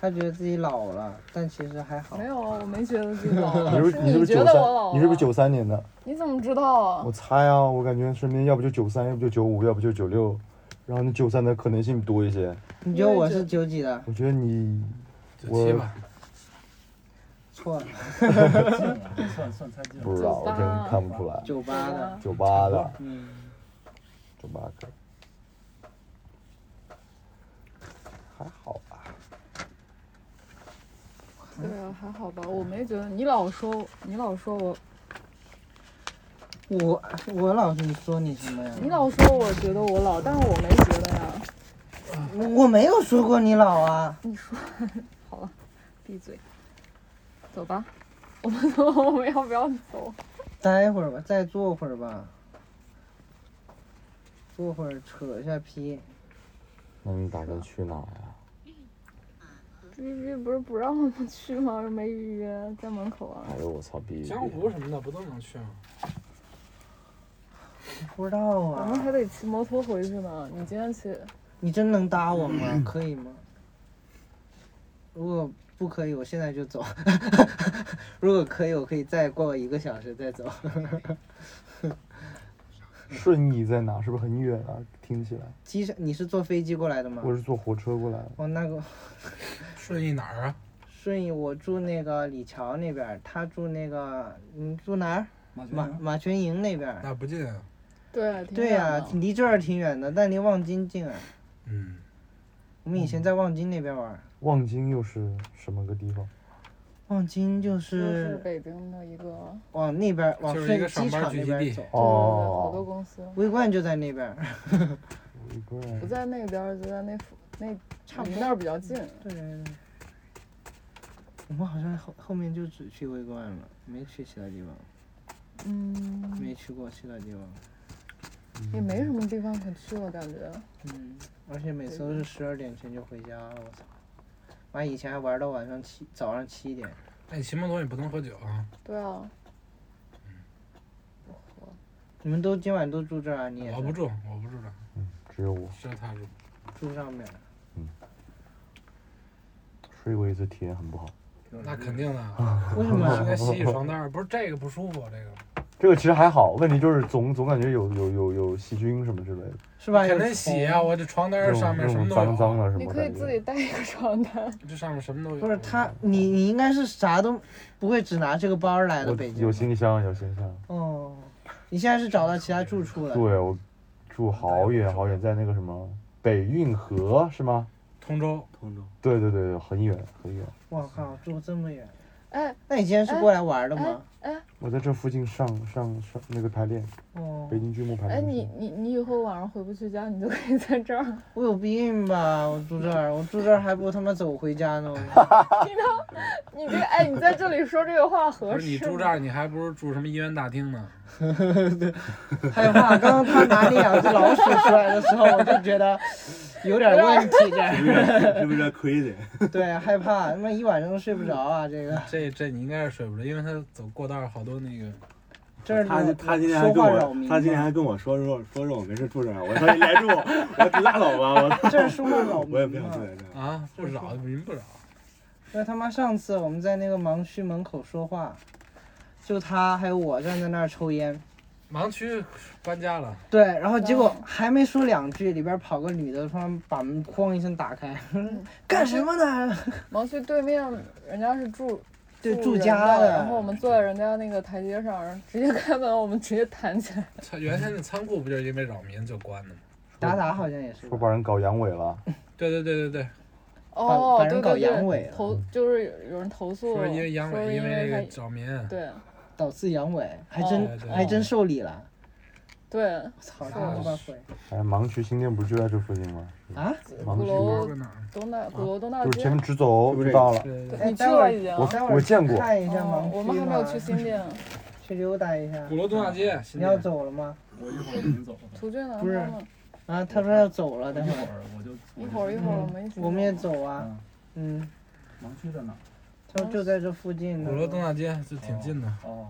Speaker 2: 他觉得自己老了，但其实还好
Speaker 4: 没。有啊，我没觉得自己老
Speaker 5: 你是
Speaker 4: 了，
Speaker 5: 不
Speaker 4: 是
Speaker 5: 你是不是
Speaker 4: 觉
Speaker 5: 九
Speaker 4: 得我老了？
Speaker 5: 三？你是不是？九三年的？
Speaker 4: 你怎么知道啊
Speaker 5: 我？猜啊，我感觉身边要不就九三，要不就九五，要不就九六，然后那九三的可能性多一些。
Speaker 2: 你觉得我是九几的？
Speaker 5: 我觉得你
Speaker 3: 九七吧。
Speaker 2: 错了，
Speaker 8: 近了，算算猜
Speaker 2: (laughs)
Speaker 8: 近了。
Speaker 5: 不知道，我真看不出来。
Speaker 2: 九
Speaker 4: 啊
Speaker 2: 八的。
Speaker 5: 九八的，
Speaker 2: 嗯，
Speaker 5: 九八个，还好吧？
Speaker 4: 对啊，还好吧，我没觉得。你老说，你老说我，
Speaker 2: 我我老是说你什么呀？
Speaker 4: 你老说我觉得我老，但是我没觉得呀。
Speaker 2: 我我没有说过你老啊。
Speaker 4: 你说，好了，闭嘴，走吧。 (laughs) 我们我们要不要走？
Speaker 2: 待会儿吧，再坐会儿吧，坐会儿扯一下皮。
Speaker 5: 那你打算去哪儿呀？
Speaker 4: B B 不是不让我们去吗？又没预约，在门口啊。
Speaker 5: 哎呦我操逼！
Speaker 3: 江湖什么的不都能去吗？
Speaker 2: 不知道
Speaker 4: 我们
Speaker 2: 啊，
Speaker 4: 还得骑摩托回去呢。你今天骑，
Speaker 2: 你真能搭我吗？可以吗？如果不可以，我现在就走。 (laughs) 如果可以，我可以再过一个小时再走。
Speaker 5: 顺义在哪？是不是很远啊？听起来
Speaker 2: 机场，你是坐飞机过来的吗？
Speaker 5: 我是坐火车过来的。
Speaker 2: 哦，那个
Speaker 3: 顺义哪儿啊？
Speaker 2: 顺义，我住那个李桥那边儿，他住那个，你住哪儿？
Speaker 8: 马
Speaker 2: 马马泉营那边儿。
Speaker 3: 那不近啊。
Speaker 4: 对，挺
Speaker 2: 对
Speaker 4: 远
Speaker 2: 呀、
Speaker 4: 的
Speaker 2: 离这儿挺远的，但离望京近啊。
Speaker 3: 嗯，
Speaker 2: 我们以前在望京那边玩儿，
Speaker 5: 望京又是什么个地方？
Speaker 2: 望京就
Speaker 4: 就是
Speaker 2: 是
Speaker 4: 北京的一个，
Speaker 2: 往那边儿往
Speaker 3: 就是
Speaker 2: 顺
Speaker 3: 一个
Speaker 2: 机
Speaker 3: 上班
Speaker 2: 场
Speaker 3: 聚
Speaker 2: 那
Speaker 3: 集
Speaker 2: 边儿
Speaker 3: 地
Speaker 2: 走。
Speaker 4: 对对对，好多
Speaker 5: 哦，
Speaker 4: 公司
Speaker 2: 微冠就在那边儿，
Speaker 5: 一个人
Speaker 4: 不在那边儿，就在那附那
Speaker 2: 差不
Speaker 4: 离
Speaker 2: 多
Speaker 4: 那儿比较近。
Speaker 2: 对对对。 (laughs) 我们好像后后面就只去微冠了，没去其他地方，
Speaker 4: 嗯，
Speaker 2: 没去过其他地方。
Speaker 4: 也没什么地方可去了，感觉。
Speaker 2: 嗯，而且每次都是十二点前就回家了，我操！妈以前还玩到晚上七，早上七点。
Speaker 3: 那你骑摩托你不能喝酒啊。
Speaker 4: 对啊，
Speaker 2: 你们都今晚都住这儿啊？你也
Speaker 3: 我不
Speaker 2: 是
Speaker 3: 住，我不住这儿，
Speaker 5: 只有我
Speaker 3: 只有他住。 (laughs)
Speaker 2: 住上面。
Speaker 5: 睡过一次，体验很不好。
Speaker 3: 那肯定的，
Speaker 2: (laughs) 为什么
Speaker 3: 应
Speaker 2: 啊？
Speaker 3: 该洗洗床单儿。不是这个不舒服，这个
Speaker 5: 这个其实还好，问题就是总总感觉有有有有细菌什么之类的，
Speaker 2: 是吧？
Speaker 3: 肯定洗啊！我这床单
Speaker 5: 那
Speaker 3: 儿
Speaker 5: 种
Speaker 3: 上面
Speaker 5: 那
Speaker 3: 什
Speaker 5: 种
Speaker 3: 么都
Speaker 5: 脏脏
Speaker 3: 有，啊
Speaker 5: 的什
Speaker 4: 你
Speaker 5: 么
Speaker 4: 可以
Speaker 5: 感
Speaker 4: 自
Speaker 5: 觉。
Speaker 4: 己带一个床单，
Speaker 3: 这上面什么都有。
Speaker 2: 不是他，你你应该是啥都不会，只拿这个包儿来的
Speaker 5: 我
Speaker 2: 北
Speaker 4: 啊
Speaker 2: 京。
Speaker 5: 有行李箱，有行李箱。
Speaker 2: 哦，你现在是找到其他住处了？
Speaker 5: 对，我住好远好远，在那个什么北运河是吗？
Speaker 3: 通州，
Speaker 6: 通州
Speaker 5: 对对对对，很远很远。
Speaker 2: 我靠，住这么远。
Speaker 4: 哎
Speaker 2: 那你今天是过来玩儿的
Speaker 4: 哎
Speaker 2: 吗？
Speaker 4: 哎
Speaker 5: 我在这附近上上上那个排练，
Speaker 2: 哦
Speaker 5: 北，京剧目排
Speaker 4: 哎，
Speaker 5: 练的时
Speaker 4: 你
Speaker 5: 候。
Speaker 4: 你你以后晚上回不去家，你就可以在这儿。
Speaker 2: 我有病吧？我住这儿，我住这儿还不他妈走回家呢。 (laughs)
Speaker 4: 你这哎，你在这里说这个话合
Speaker 3: 不是
Speaker 4: 适吗？
Speaker 3: 你住这儿，你还不如住什么医院大厅呢？
Speaker 2: 还有话，刚刚他拿那两只老鼠出来的时候，我就觉得有点问题，
Speaker 6: 是不是是不是有点
Speaker 8: (laughs)
Speaker 6: crazy？
Speaker 2: 这 (laughs) 对害怕，他妈一晚上都睡不着啊。这 (laughs) 个
Speaker 3: 这这你应该是睡不着，因为他走过道儿好多那个。
Speaker 2: 这是
Speaker 6: 他
Speaker 2: 我
Speaker 6: 他今天还
Speaker 2: 说
Speaker 6: 跟
Speaker 2: 话扰民
Speaker 6: 我，他今天
Speaker 2: 吗
Speaker 6: 还跟我说说说说我没事住这儿，我说你来住，我说拉倒吧，
Speaker 8: (laughs)
Speaker 6: 我
Speaker 2: 这是说话 (laughs) 扰
Speaker 6: 我也
Speaker 2: 民
Speaker 6: 不
Speaker 2: 吗
Speaker 6: 想住？在这儿。
Speaker 3: 啊，不扰民不扰，
Speaker 2: 那他妈上次我们在那个盲区门口说话，就他还有我站在那儿抽烟，
Speaker 3: 盲区搬家了，
Speaker 2: 对，然后结果还没说两句，里边跑个女的，突然把门哐一声打开，
Speaker 4: 嗯
Speaker 2: (laughs) 干什么呢？
Speaker 4: 盲区对面人家是住
Speaker 2: 对，住
Speaker 4: 人
Speaker 2: 家
Speaker 4: 的，然后我
Speaker 2: 的。
Speaker 4: 们坐在人家那个台阶上，然后直接开门，我们直接弹起来。
Speaker 3: 仓原先那仓库不就是因为扰民就关的吗？
Speaker 2: 达达好像也是
Speaker 5: 说，把人搞阳痿了，
Speaker 3: 对对对对
Speaker 2: 把
Speaker 4: 哦
Speaker 2: 把，人
Speaker 4: 对
Speaker 2: 搞
Speaker 4: 对
Speaker 2: 阳
Speaker 4: 对，
Speaker 2: 痿了，
Speaker 4: 投就是有人投
Speaker 3: 对，
Speaker 4: 诉，
Speaker 3: 说因为阳痿，因为那
Speaker 4: 他
Speaker 3: 个扰民，
Speaker 4: 对
Speaker 2: 导致阳痿，还真
Speaker 3: 哦对
Speaker 2: 还真受理了。
Speaker 4: 对
Speaker 2: 操，
Speaker 4: 是
Speaker 2: 他妈毁！
Speaker 5: 哎，盲区新店不是就在这附近吗？
Speaker 2: 啊，
Speaker 5: 盲
Speaker 4: 鼓
Speaker 5: 区
Speaker 4: 楼
Speaker 3: 在哪儿？
Speaker 4: 东大鼓楼东大
Speaker 5: 就是前
Speaker 4: 街
Speaker 5: 面，直走
Speaker 6: 是不是
Speaker 5: 就到了。
Speaker 3: 对，
Speaker 4: 你
Speaker 2: 哎
Speaker 4: 去
Speaker 2: 待会儿
Speaker 4: 了已经
Speaker 5: 我
Speaker 2: 待会儿
Speaker 5: 我见过
Speaker 2: 看一下盲
Speaker 4: 哦
Speaker 2: 区
Speaker 4: 我们还没有去
Speaker 2: 吧
Speaker 4: 新店。
Speaker 2: 去溜达一下
Speaker 3: 鼓。楼东大街，新
Speaker 2: 你要
Speaker 3: 店
Speaker 2: 走了吗？
Speaker 8: 我一会儿已经走了，
Speaker 4: 涂俊呢？
Speaker 2: 不是
Speaker 4: 他们
Speaker 2: 啊，他说要走了，
Speaker 8: 一
Speaker 2: 等会儿。
Speaker 8: 会儿我就
Speaker 4: 一会儿一会儿我们一起。
Speaker 2: 我们也。走啊，
Speaker 8: 嗯
Speaker 2: 嗯，
Speaker 8: 盲区在哪儿？
Speaker 2: 他说就在这附近呢。
Speaker 3: 鼓楼东大街就挺近的，
Speaker 8: 哦，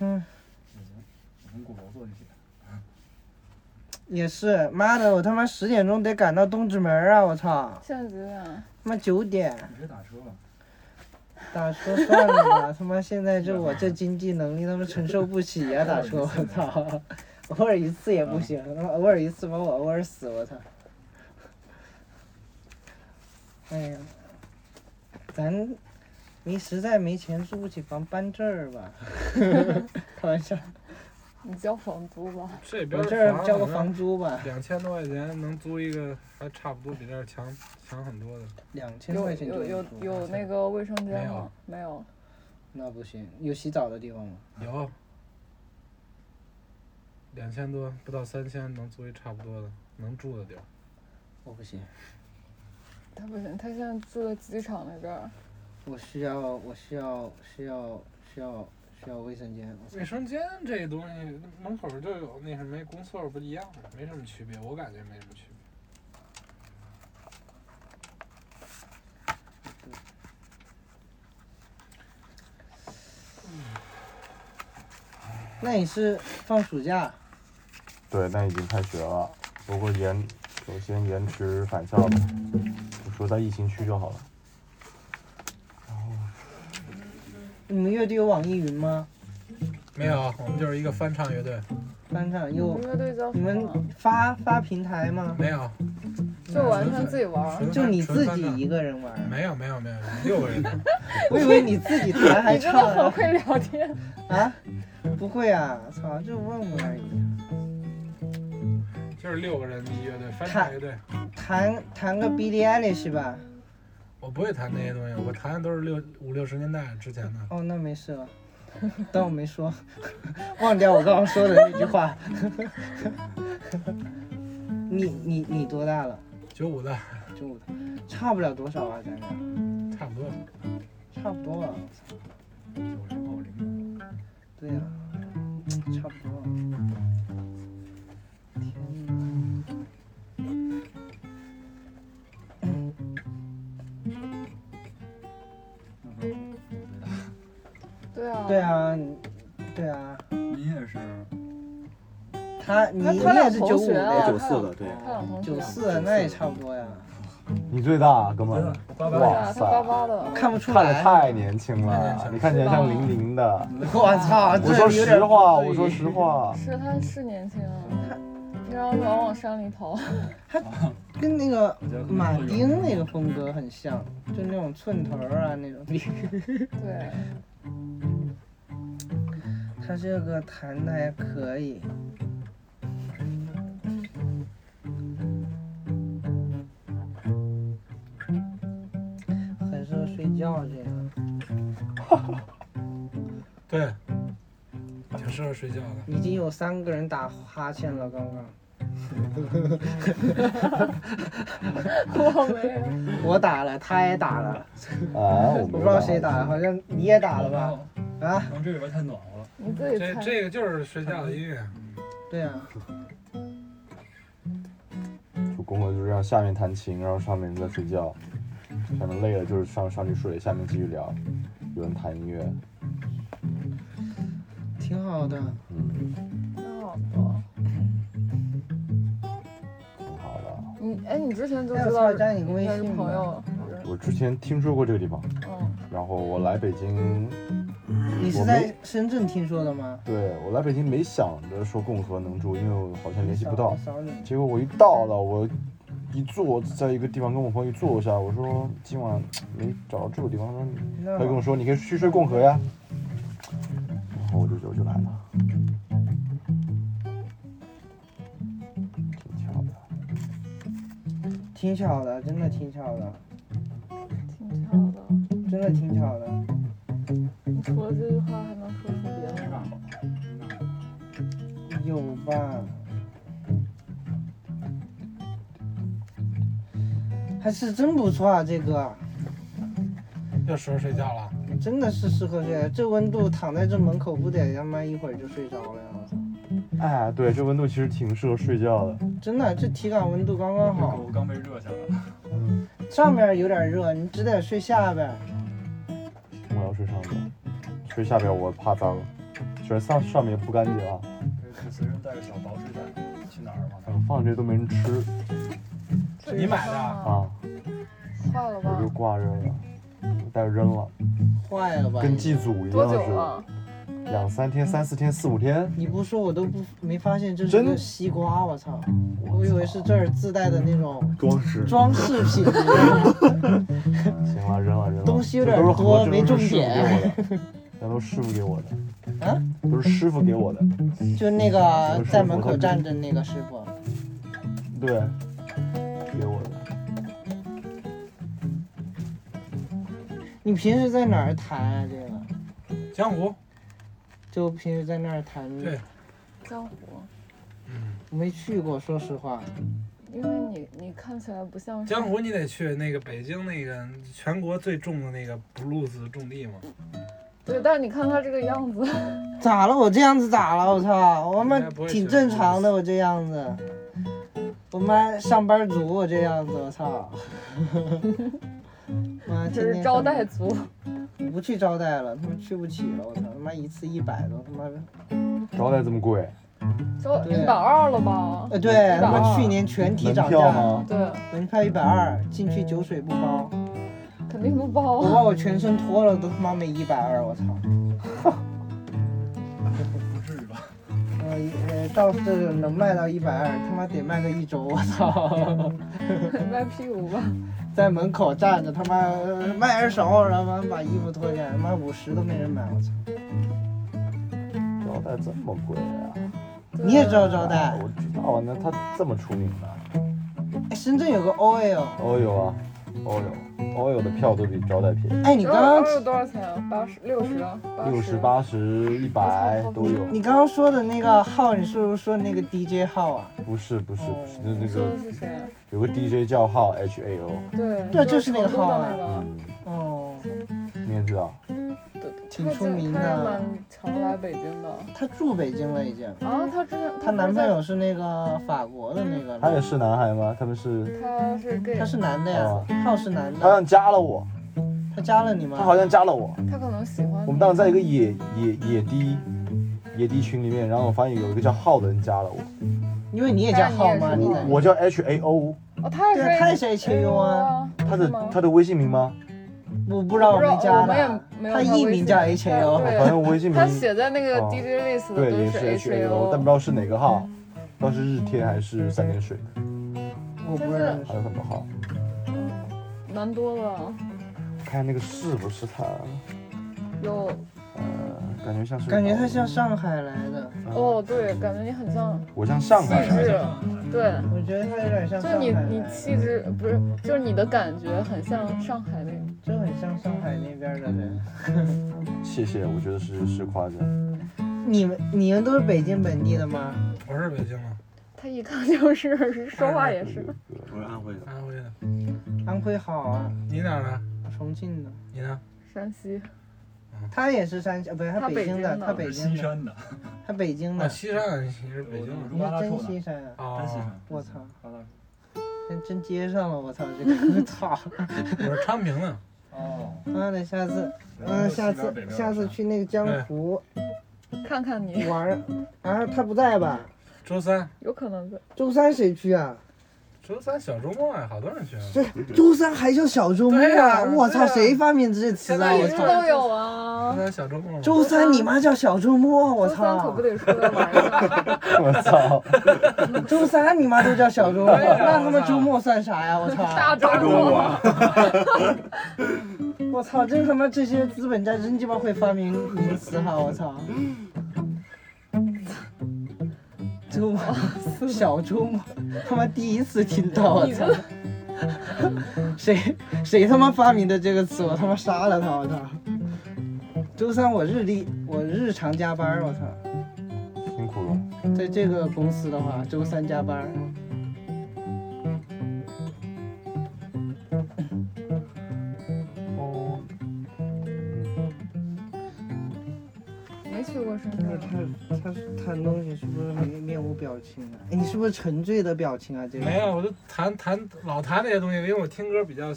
Speaker 2: 嗯，
Speaker 8: 也行，我从鼓楼坐地铁。
Speaker 2: 也是，妈的，我他妈十点钟得赶到东直门啊！我操，
Speaker 4: 现在几点？啊
Speaker 2: 他妈九点
Speaker 8: 你别打车了，
Speaker 2: 打车算了
Speaker 4: (laughs)
Speaker 2: 吧，他妈现在这我这经济能力他妈承受不起呀、打车我操， (laughs) 偶尔一次也不行，
Speaker 4: 嗯
Speaker 2: 他妈偶尔一次把我偶尔死我操。哎呀，咱没实在没钱住不起房搬这儿
Speaker 4: (laughs)
Speaker 2: 吧，开玩笑，
Speaker 4: 你交房租吧。
Speaker 3: 这
Speaker 2: 我
Speaker 3: 边
Speaker 2: 这儿交个
Speaker 3: 房
Speaker 2: 房租吧，
Speaker 3: 两千多块钱能租一个，还差不多比这儿强强很多的。
Speaker 2: 两千
Speaker 4: 有
Speaker 2: 块钱就
Speaker 4: 有
Speaker 2: 能
Speaker 4: 有
Speaker 2: 住
Speaker 4: 有那个卫生间吗？没有。
Speaker 2: 那不行，有洗澡的地方吗？
Speaker 3: 有，两千多不到三千能租一差不多的能住的地儿。
Speaker 2: 我不行。
Speaker 4: 他不行，他现在住在机场那边儿。
Speaker 2: 我需要，我需要，需要，需要，需要卫生间。
Speaker 3: 卫生间这东西门口就有那什么公厕不一样吗？没什么区别，我感觉没什么区别。
Speaker 2: 那你是放暑假？
Speaker 5: 对，但已经开学了，不过延首先延迟返校吧，就说在疫情区就好了。
Speaker 2: 你们乐队有网易云吗？
Speaker 3: 没有，我们就是一个翻唱乐队。
Speaker 2: 班上
Speaker 4: 你
Speaker 2: 有
Speaker 4: 们，乐队叫什
Speaker 2: 你
Speaker 4: 么
Speaker 2: 们？发发平台吗？
Speaker 3: 嗯没有，
Speaker 4: 就完全自己玩儿。
Speaker 3: 纯
Speaker 2: 就你
Speaker 3: 纯
Speaker 2: 自
Speaker 3: 翻
Speaker 2: 己
Speaker 3: 唱
Speaker 2: 一个人玩儿？
Speaker 3: 没有没有没有，六个人呢。
Speaker 2: 我以为你自己弹还
Speaker 4: 你哎真的
Speaker 2: 唱
Speaker 4: 很
Speaker 2: 呢
Speaker 4: 会聊天。
Speaker 2: 啊？不会啊，操，就问问而已。
Speaker 3: (laughs) 就是六个人的乐队，翻唱乐队。
Speaker 2: 弹弹个 Billie Eilish 吧。
Speaker 3: 我不会弹那些东西，我弹的都是六五六十年代之前的。
Speaker 2: 哦，那没事了，当我没说，忘掉我刚刚说的那句话。 (laughs) 你你你多大了？
Speaker 3: 九五的
Speaker 2: 中午的，差不了多少啊，咱俩
Speaker 3: 差不多，
Speaker 2: 差不多啊，
Speaker 8: 九零后零零
Speaker 2: 对呀、差不多啊。天哪！
Speaker 8: 那不是我最大。
Speaker 4: (laughs) 对啊。
Speaker 2: 对。啊，你对啊，
Speaker 8: 你也是，
Speaker 2: 他你
Speaker 4: 那
Speaker 2: 你
Speaker 4: 他俩
Speaker 2: 也是
Speaker 4: 同
Speaker 2: 九五
Speaker 4: 学
Speaker 2: 的
Speaker 4: 啊
Speaker 2: 呀，啊
Speaker 6: 九四的对，
Speaker 4: 他俩同学
Speaker 2: 九。四那也差不多呀。
Speaker 5: 你最大，啊哥们
Speaker 8: 真
Speaker 5: 儿
Speaker 8: 的，我爸
Speaker 5: 哇
Speaker 8: 爸
Speaker 4: 啊，他八八的，
Speaker 2: 看不出
Speaker 5: 看着
Speaker 2: 来。
Speaker 5: 太年轻了，你看起来像零零的。
Speaker 2: (laughs) 我操！
Speaker 5: 我
Speaker 2: 这
Speaker 5: 说
Speaker 2: 有
Speaker 5: 实
Speaker 2: 点不
Speaker 5: 话，
Speaker 2: 对
Speaker 5: 我说实话，
Speaker 4: 是他是年轻啊，平常老往山里逃，
Speaker 2: 跟那个
Speaker 8: 我觉得可能
Speaker 2: 马
Speaker 8: 会有
Speaker 2: 丁那个风格很像，就那种寸头儿啊那种。
Speaker 4: (laughs) 对，
Speaker 2: 他这个弹的还可以。很适合睡觉这样，
Speaker 3: 对，挺适合睡觉的。
Speaker 2: 已经有三个人打哈欠了，刚刚。
Speaker 4: 我没有。
Speaker 2: 我打了，他也打了，
Speaker 5: 啊，我
Speaker 2: 我不
Speaker 5: 没
Speaker 2: 知
Speaker 5: 有
Speaker 2: 道谁打的，好像你也打了吧？
Speaker 8: 哦？
Speaker 2: 啊，
Speaker 8: 可能这里边太暖和了。
Speaker 4: 你自己
Speaker 3: 这
Speaker 4: 猜，
Speaker 3: 这个就是睡觉的音乐，
Speaker 2: 对啊，
Speaker 5: 就工作就是让下面弹琴，然后上面在睡觉，上面累了就是上上去睡，下面继续聊，有人弹音乐，
Speaker 2: 挺好的。
Speaker 5: 嗯，
Speaker 4: 真好多。
Speaker 5: 挺好的。
Speaker 4: 你哎，你之前就
Speaker 2: 哎，
Speaker 4: 知
Speaker 2: 我
Speaker 4: 道
Speaker 2: 操，加你个微
Speaker 4: 那是
Speaker 2: 信
Speaker 4: 朋
Speaker 2: 吧。
Speaker 4: 友，
Speaker 5: 我之前听说过这个地方，
Speaker 4: 嗯，
Speaker 5: 然后我来北京，
Speaker 2: 你是
Speaker 5: 我
Speaker 2: 在
Speaker 5: 没
Speaker 2: 深圳听说的吗？
Speaker 5: 对我来北京没想着说共和能住，因为我好像联系不到
Speaker 2: 我。啊扫你。
Speaker 5: 结果我一到了，我一坐在一个地方跟我朋友一坐下，我说今晚没找到住的地方，他说你
Speaker 2: 那
Speaker 5: 他就跟我说你可以去睡共和呀，然后我就我就来了，挺巧的。
Speaker 2: 挺巧的，真的挺巧的，
Speaker 4: 挺巧的。
Speaker 2: 真的挺巧的。
Speaker 4: 你除了这句话，还能说出别的吗？
Speaker 2: 有吧？还是真不错啊，这个
Speaker 3: 又适合睡觉了。
Speaker 2: 真的是适合睡。这温度躺在这门口，不得他妈一会儿就睡着了呀！我操
Speaker 5: 哎，对，这温度其实挺适合睡觉的。
Speaker 2: 真的，这体感温度刚刚
Speaker 8: 这
Speaker 2: 好，
Speaker 8: 狗刚被热下来，
Speaker 2: 上面有点热，你只得睡下边。
Speaker 5: 我要睡上边，睡下边我怕脏，虽然上上面也不干净啊，
Speaker 8: 可以可以随身带个小保湿袋，去哪儿嘛？
Speaker 5: 嗯，放这都没人吃
Speaker 4: 这
Speaker 3: 你买的
Speaker 4: 啊？
Speaker 5: 啊，
Speaker 4: 坏了
Speaker 5: 我
Speaker 4: 吧
Speaker 2: 啊
Speaker 5: 就？挂这了，我带着扔了，
Speaker 2: 坏了吧？
Speaker 5: 跟祭祖一
Speaker 4: 多
Speaker 5: 样
Speaker 4: 久
Speaker 5: 是
Speaker 2: 啊
Speaker 4: 了？
Speaker 5: 两三天、三四天、四五天。
Speaker 2: 你不说我都不没发现这是
Speaker 5: 真
Speaker 2: 个西瓜，我操！我以为是这儿自带的那种
Speaker 5: 装饰，
Speaker 2: 装饰品。
Speaker 5: 行了，扔了扔了。
Speaker 2: 东西有点
Speaker 5: 这都是
Speaker 2: 多
Speaker 5: 盒子
Speaker 2: 没
Speaker 5: 都
Speaker 2: 重
Speaker 5: 是师傅
Speaker 2: 点
Speaker 5: 给我的，那都是师傅给
Speaker 2: (laughs)
Speaker 5: 我的。
Speaker 2: 啊？
Speaker 5: 都是师傅给我的。
Speaker 2: 就那个
Speaker 5: 嗯
Speaker 2: 在门口站着那个师傅，
Speaker 5: 对，给我的。
Speaker 2: 你平时在哪儿弹啊？这个
Speaker 3: 江湖，
Speaker 2: 就平时在那儿弹，
Speaker 3: 对
Speaker 4: 江湖，
Speaker 2: 我没去过，说实话。
Speaker 4: 因为你你看起来不像是
Speaker 3: 江湖，你得去那个北京那个全国最重的那个 blues 重地嘛。
Speaker 4: 对，但是你看他这个样子，
Speaker 2: 咋了？我这样子咋了？我操！我
Speaker 3: 应该
Speaker 2: 们
Speaker 3: 不会嗯
Speaker 2: 挺
Speaker 3: 学
Speaker 2: 正常的，我这样子。我妈上班族，我这样子，我
Speaker 3: (laughs)
Speaker 2: 操！妈，
Speaker 4: 就
Speaker 2: 天
Speaker 4: 是
Speaker 2: 天
Speaker 4: 招
Speaker 2: 上
Speaker 4: 待族。
Speaker 2: 班不去招待了，他们去不起了，我操！他妈一次一百多，他妈的，
Speaker 5: 招待这么贵，
Speaker 4: 就
Speaker 2: 对
Speaker 4: 一百二了吧？
Speaker 2: 呃，对，
Speaker 4: 120
Speaker 2: 他们去年全体
Speaker 5: 门
Speaker 2: 涨
Speaker 5: 票
Speaker 2: 价，
Speaker 5: 吗？
Speaker 4: 对，
Speaker 2: 门票一百二，进去酒水不包。
Speaker 4: 肯定不包
Speaker 2: 我
Speaker 4: 啊。
Speaker 2: 把我全身脱了，都他妈没一百二，我操！
Speaker 8: 不至于吧？
Speaker 2: (laughs) 呃，呃，倒是能卖到一百二，他妈得卖个一周，我操！ (laughs)
Speaker 4: 卖屁股吧，
Speaker 2: 在门口站着，他妈、呃卖二手，然后他妈把衣服脱下来，他妈五十都没人买，我操！
Speaker 5: 招待这么贵啊？
Speaker 2: 嗯你也知道招待
Speaker 5: 哎？我知道啊，那他这么出名的。
Speaker 2: 哎，深圳有个 OL，
Speaker 5: 哦有啊，哦有，哦有的票都比招待便宜，
Speaker 2: 哎，你
Speaker 4: 然
Speaker 2: 刚刚
Speaker 4: 后有多少钱啊？八十、六十啊、
Speaker 5: 六十、
Speaker 4: 十、
Speaker 5: 八十、一百都有。
Speaker 2: 你刚刚说的那个号，你是不是说那个 DJ 号啊？
Speaker 5: 不是不是不是，那
Speaker 4: 哦你
Speaker 5: 那
Speaker 4: 说的
Speaker 5: 个
Speaker 4: 是谁？啊
Speaker 5: 有个 DJ 叫号 H A O，
Speaker 4: 对，
Speaker 2: 对
Speaker 4: 就是
Speaker 2: 就是那个
Speaker 4: 成都
Speaker 2: 号
Speaker 4: 的
Speaker 2: 啊
Speaker 4: 那个，
Speaker 5: 嗯，
Speaker 2: 哦，
Speaker 5: 你也知
Speaker 6: 啊
Speaker 5: 道，
Speaker 4: 对，
Speaker 2: 挺
Speaker 4: 他
Speaker 2: 出
Speaker 4: 这
Speaker 2: 名
Speaker 4: 他也
Speaker 2: 的
Speaker 4: 蛮常来北京的。
Speaker 2: 她住北京了已经，
Speaker 4: 啊，他之前
Speaker 2: 她
Speaker 4: 不是
Speaker 2: 嗯男朋
Speaker 4: 在嗯
Speaker 2: 友是那个法国的那个，
Speaker 5: 他也是男孩吗？他们是，
Speaker 4: 他是 gay，
Speaker 2: 他是男的
Speaker 5: 哦
Speaker 2: 呀，号是男
Speaker 5: 他好
Speaker 2: 的，
Speaker 5: 像加了我，
Speaker 2: 他加了你
Speaker 5: 他好
Speaker 2: 吗？
Speaker 5: 像加了我，
Speaker 4: 他可能喜欢
Speaker 5: 我们当时在一个野野野迪，
Speaker 6: 野地群里面，然后我发现有一个叫浩的人加了我，嗯
Speaker 2: 因为你也叫号吗？
Speaker 4: 但你
Speaker 2: 你
Speaker 4: 也是
Speaker 2: 的
Speaker 4: 号
Speaker 6: 我叫 H A O，
Speaker 4: 哦，他也
Speaker 2: 对
Speaker 4: 是
Speaker 2: 啊，他也
Speaker 4: A-
Speaker 2: 是 H U 啊，
Speaker 6: 他
Speaker 4: 是吗
Speaker 6: 的他的微信名吗？
Speaker 2: 我不知道我
Speaker 4: 不知
Speaker 2: 没
Speaker 4: 道
Speaker 2: 加
Speaker 4: 我们也
Speaker 2: 呢
Speaker 4: 没。有
Speaker 2: 他
Speaker 4: 他微
Speaker 2: 艺名
Speaker 4: 信啊
Speaker 2: 叫 H L，
Speaker 4: 对
Speaker 6: 反正我微信名
Speaker 4: 他写在那个
Speaker 6: 哦
Speaker 4: DJ list 的
Speaker 6: 对
Speaker 4: 都
Speaker 6: 也是 H A O，
Speaker 4: HAO，
Speaker 6: 但不知道是哪个号，当时日贴还是三点水，
Speaker 2: 我不
Speaker 4: 但是
Speaker 2: 认识
Speaker 6: 还。有很多号，
Speaker 4: 难多了，
Speaker 6: 看那个是不是他，
Speaker 4: 有
Speaker 6: 呃，感觉像是，呃
Speaker 2: 感觉他像上海来的，
Speaker 4: 哦，对，感觉你很像
Speaker 6: 我像嗯上
Speaker 4: 气
Speaker 6: 海来
Speaker 4: 质
Speaker 6: 的，，
Speaker 4: 对，
Speaker 2: 我觉得他有点像
Speaker 4: 就
Speaker 2: 上海
Speaker 4: 是你你
Speaker 2: 来，
Speaker 4: 气质不是，就是你的感觉很像上海那个，
Speaker 2: 就很像上海那边的人。
Speaker 6: 谢谢，我觉得是是夸张，
Speaker 2: 你们你们都是北京本地的吗？
Speaker 3: 我是北京的，
Speaker 4: 他一看就是说话也是，
Speaker 6: 我
Speaker 7: 我是安徽的，
Speaker 3: 安徽的，
Speaker 2: 安徽好啊，
Speaker 3: 你哪儿的？
Speaker 2: 重庆的。
Speaker 3: 你呢？
Speaker 4: 山西，
Speaker 2: 他也是山西，呃不是他
Speaker 4: 他北
Speaker 2: 北京的，
Speaker 4: 京的
Speaker 2: 他
Speaker 8: 我
Speaker 2: 北
Speaker 8: 是西
Speaker 2: 京的，
Speaker 8: 山的，
Speaker 2: 他北京
Speaker 3: 啊，
Speaker 2: 的，
Speaker 3: 西山，你是北京
Speaker 8: 我
Speaker 3: 的
Speaker 8: 是。乌
Speaker 2: 那
Speaker 8: 拉拉
Speaker 2: 真
Speaker 8: 处的
Speaker 2: 西，山啊！
Speaker 3: 啊
Speaker 8: 真西，山。
Speaker 2: 我操，
Speaker 8: 乌拉拉处
Speaker 2: 真真接上了，我操，这个 (laughs) 操，
Speaker 3: 我是昌平的。
Speaker 8: 哦，
Speaker 2: 妈的，下次，嗯，
Speaker 8: 然后
Speaker 2: 下
Speaker 8: 西边
Speaker 2: 次
Speaker 8: 北边有
Speaker 2: 下次
Speaker 8: 山
Speaker 2: 去那个
Speaker 3: 哎
Speaker 2: 江湖
Speaker 4: 看看你，
Speaker 2: 玩儿，啊，他不在吧？
Speaker 3: 周三，
Speaker 4: 有可能的，
Speaker 2: 周三谁去啊？
Speaker 3: 周三小周末呀，好多人去啊。
Speaker 2: 这周三还叫小周末
Speaker 3: 对
Speaker 2: 啊
Speaker 3: 呀！
Speaker 2: 我
Speaker 3: 对
Speaker 2: 操，
Speaker 3: 呀
Speaker 2: 谁发明这词
Speaker 3: 现
Speaker 2: 啊？
Speaker 3: 在
Speaker 2: 我
Speaker 4: 一
Speaker 3: 也
Speaker 4: 直
Speaker 2: 操，
Speaker 4: 都
Speaker 3: 周
Speaker 4: 有啊。
Speaker 3: 三小周末嘛。
Speaker 2: 周三你妈叫小周末，我
Speaker 4: 周三可
Speaker 2: 操
Speaker 4: 不！得出来玩一下，
Speaker 6: (laughs) 我操，
Speaker 2: 周三你妈都叫小周末，
Speaker 3: 对呀
Speaker 2: 那他
Speaker 3: 我
Speaker 2: 妈
Speaker 3: 操
Speaker 2: 周末算啥 (laughs) 呀？我操！
Speaker 4: 大周末
Speaker 7: 啊，
Speaker 2: 我操，真他妈这些资本家真鸡巴会发明名词哈！我操，周末小周末，他妈第一次听到，我
Speaker 4: 你
Speaker 2: 操
Speaker 4: 这，
Speaker 2: 谁谁他妈发明的这个词，我他妈杀了他！我操，周三我日历，我日常加班，我操，
Speaker 6: 辛苦了，
Speaker 2: 在这个公司的话，周三加班。
Speaker 6: 哦，
Speaker 4: 没去过深
Speaker 2: 那
Speaker 4: 圳，
Speaker 2: 他他谈东西是不是面面无表情啊？哎，你是不是沉醉的表情啊？这个
Speaker 3: 没有，我就弹弹老弹这些东西，因为我听歌比较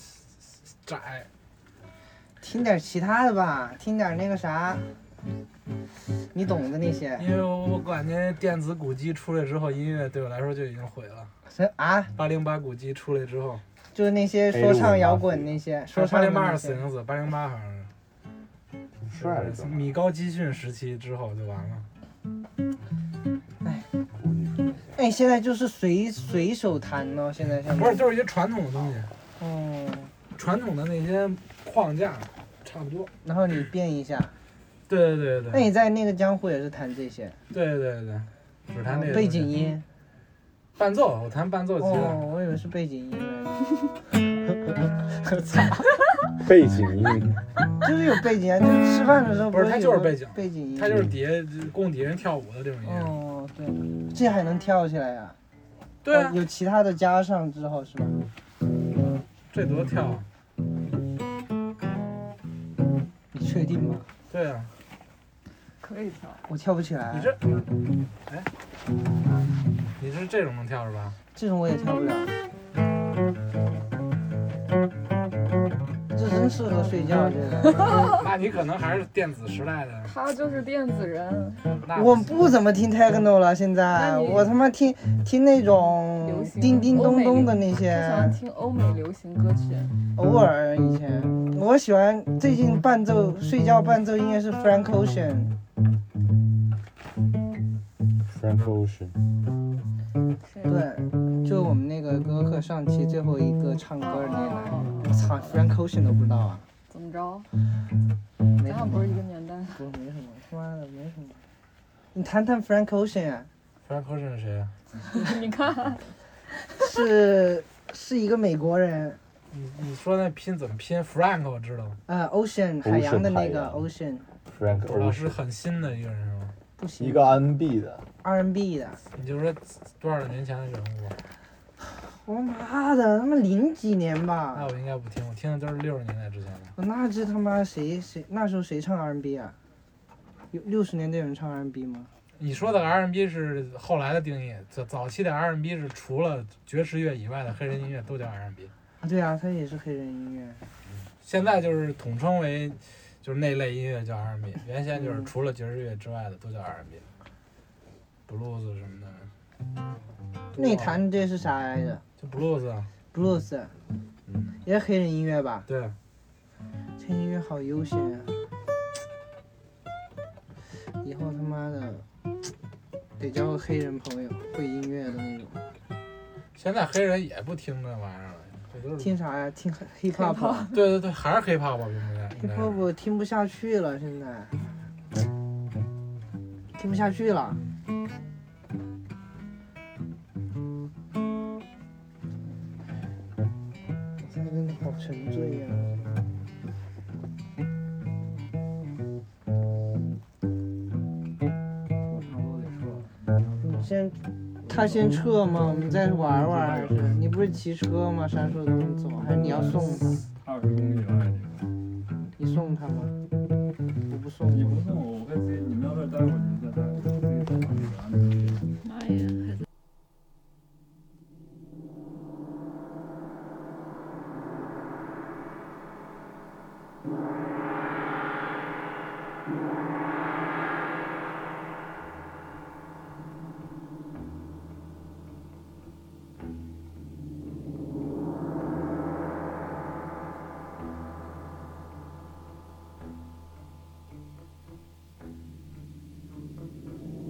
Speaker 3: 窄。
Speaker 2: 听点其他的吧，听点那个啥，你懂的那些。
Speaker 3: 因为我感觉电子鼓机出来之后，音乐对我来说就已经毁了。
Speaker 2: 谁啊？
Speaker 3: 八零八鼓机出来之后，
Speaker 2: 就是那些说唱摇滚那些，说唱
Speaker 3: 八
Speaker 2: 的
Speaker 3: 零八
Speaker 2: 那
Speaker 3: 二四
Speaker 2: 些。
Speaker 3: 零四，八零八好像是
Speaker 6: 挺帅的，
Speaker 3: 米高基逊时期之后就完了。
Speaker 6: 估计是
Speaker 2: 哎，现在就是随随手弹呢，现在像
Speaker 3: 不是，就是一些传统的东西，
Speaker 2: 嗯，
Speaker 3: 传统的那些框架差不多。
Speaker 2: 然后你变一下。
Speaker 3: 对对对
Speaker 2: 那
Speaker 3: 对
Speaker 2: 你在那个江湖也是弹这些，
Speaker 3: 对对对，只弹这个
Speaker 2: 背景音。
Speaker 3: 伴奏，我弹伴奏吉他。
Speaker 2: 哦，我以为是背景音呢。我操，
Speaker 6: 背景音，
Speaker 2: 就是有背景啊，就是吃饭的时候
Speaker 3: 不是它就是
Speaker 2: 有个
Speaker 3: 背景
Speaker 2: 背景音。
Speaker 3: 它就是底下供底下人跳舞的这种音乐。
Speaker 2: 哦，对，这还能跳起来呀、
Speaker 3: 对啊
Speaker 2: 哦，有其他的加上之后是吧？
Speaker 3: 这多跳啊！
Speaker 2: 你确定吗？
Speaker 3: 对啊，
Speaker 4: 可以跳。
Speaker 2: 我跳不起来
Speaker 3: 你，这，
Speaker 2: 嗯
Speaker 3: 哎，你是这种能跳是吧？
Speaker 2: 这种我也跳不了。这真适合睡觉，这个。
Speaker 3: (laughs) 那你可能还是电子时代的。
Speaker 4: 他就是电子人，
Speaker 2: (laughs)
Speaker 3: 那
Speaker 2: 我不怎么听 techno 了，现在
Speaker 4: 那你
Speaker 2: 我他妈听听那种
Speaker 4: 流行
Speaker 2: 叮叮咚咚的
Speaker 4: 欧
Speaker 2: 那
Speaker 4: 不喜欢
Speaker 2: 些，
Speaker 4: 听欧美流行歌曲。
Speaker 2: 偶尔以前。我喜欢最近伴奏睡觉伴奏音乐是 Frank Ocean，
Speaker 6: Frank Ocean，
Speaker 4: 谁
Speaker 2: 对，就我们那个播客上期最后一个唱
Speaker 4: 哦
Speaker 2: 歌的那个，我操，Frank Ocean 都不知道啊，
Speaker 4: 怎么着？
Speaker 2: 没
Speaker 4: 咱俩
Speaker 2: 什
Speaker 4: 不
Speaker 2: 么
Speaker 4: 是，一个年代。 (laughs)
Speaker 2: 不是没什么，他妈的没什么。你谈谈 Frank Ocean 啊，
Speaker 3: Frank Ocean 是谁啊？
Speaker 4: 你看，
Speaker 2: 是是一个美国人，
Speaker 3: 你你说那拼怎么拼？Frank 我知道，
Speaker 2: 呃，Ocean 海洋的那个
Speaker 6: 海洋
Speaker 2: Ocean
Speaker 6: ，Frank
Speaker 3: 不知道是
Speaker 6: Ocean，
Speaker 3: 很新的一个人是吗？
Speaker 2: 不行
Speaker 6: 一个 R&B 的，
Speaker 2: ，R&B 的，
Speaker 3: 你就说多少年前的人物吧？
Speaker 2: 我妈的，他妈零几年
Speaker 3: 那
Speaker 2: 吧，
Speaker 3: 我应该不听，我听的都是六十年代之前的。
Speaker 2: 我那这他妈谁谁那时候谁唱 R&B 啊？有六十年代有人唱 R&B 吗？
Speaker 3: 你说的 R&B 是后来的定义，早早期的 R&B 是除了爵士乐以外的黑人音乐都叫 R&B，
Speaker 2: 对啊，他也是黑人音乐，
Speaker 3: 现在就是统称为。就是那类音乐叫 R&B，原先就是
Speaker 2: 嗯
Speaker 3: 除了爵士乐之外的都叫 R&B，布鲁斯什么的，
Speaker 6: 啊
Speaker 2: 内弹这是啥来
Speaker 6: 嗯
Speaker 2: 着
Speaker 3: 就布鲁斯啊，
Speaker 2: ？Blues，
Speaker 3: 嗯，
Speaker 2: 也是黑人音乐吧？
Speaker 3: 对，
Speaker 2: 这音乐好悠闲啊！以后他妈的得交个黑人朋友，会音乐的那种。
Speaker 3: 现在黑人也不听这玩意儿了，这都是
Speaker 2: 听啥呀？听 hip hop。啊
Speaker 3: 对对对，还是 hiphop 吧，应该应
Speaker 2: hip
Speaker 3: 该是
Speaker 2: hop 听不下去了，现在听不下去了。我现在真的好沉醉呀、
Speaker 8: 说差不多得说了。
Speaker 2: 你先，他先撤吗？我们再玩玩还是？你不是骑车吗？啥时候能走？还是你要送他？
Speaker 8: 二十公里外那个，
Speaker 2: 你送他吗？我不送，
Speaker 8: 你不送我，我可以自己。你们要是待会儿，你们再待，我自己找那个安全区。
Speaker 4: 妈呀，还在
Speaker 2: 我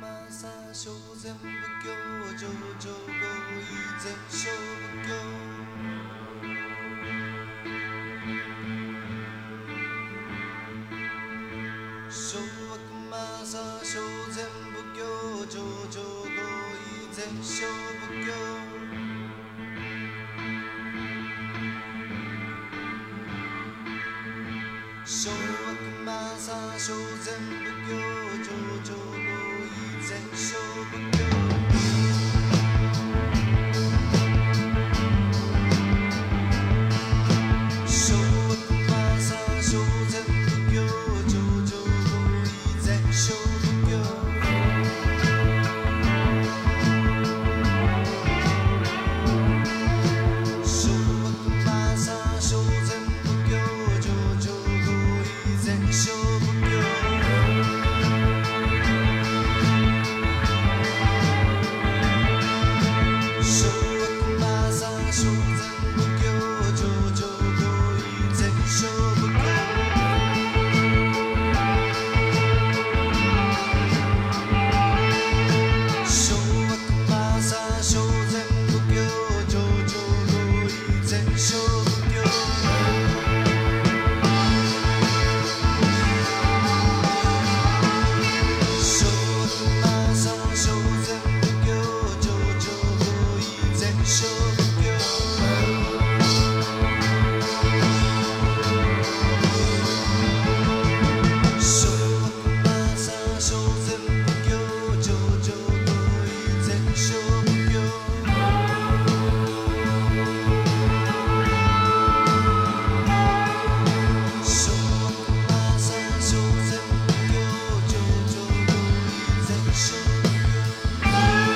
Speaker 8: まさしょう全部行上上合意全勝不行小悪魔さ小全部教上上合意全小不教小悪魔さ小全部教上上合意全小不教手握把撒手，怎不丢？久久不离，再手不丢。手握把撒手，怎不丢？久久不离，再手不丢。手握把撒手，怎不丢？久久不离，再手不丢。手握把撒手，怎不丢？久久不离，再手不丢。手握把撒手，怎不丢？久久不离，再手不丢。手握把撒手，怎不丢？久久不离，再手不丢。手把撒手，怎不丢？久久不离，再手不丢。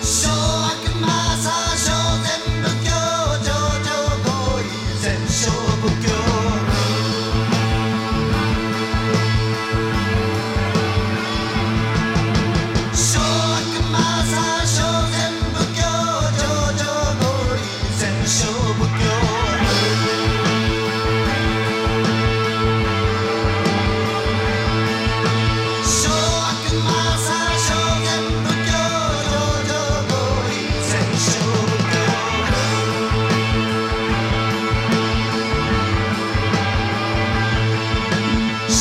Speaker 8: 小悪魔さ小全部教上場合意全勝不教小悪魔さ小全部教上場合意全勝不教小悪魔さ小全部教上場合意全勝不教小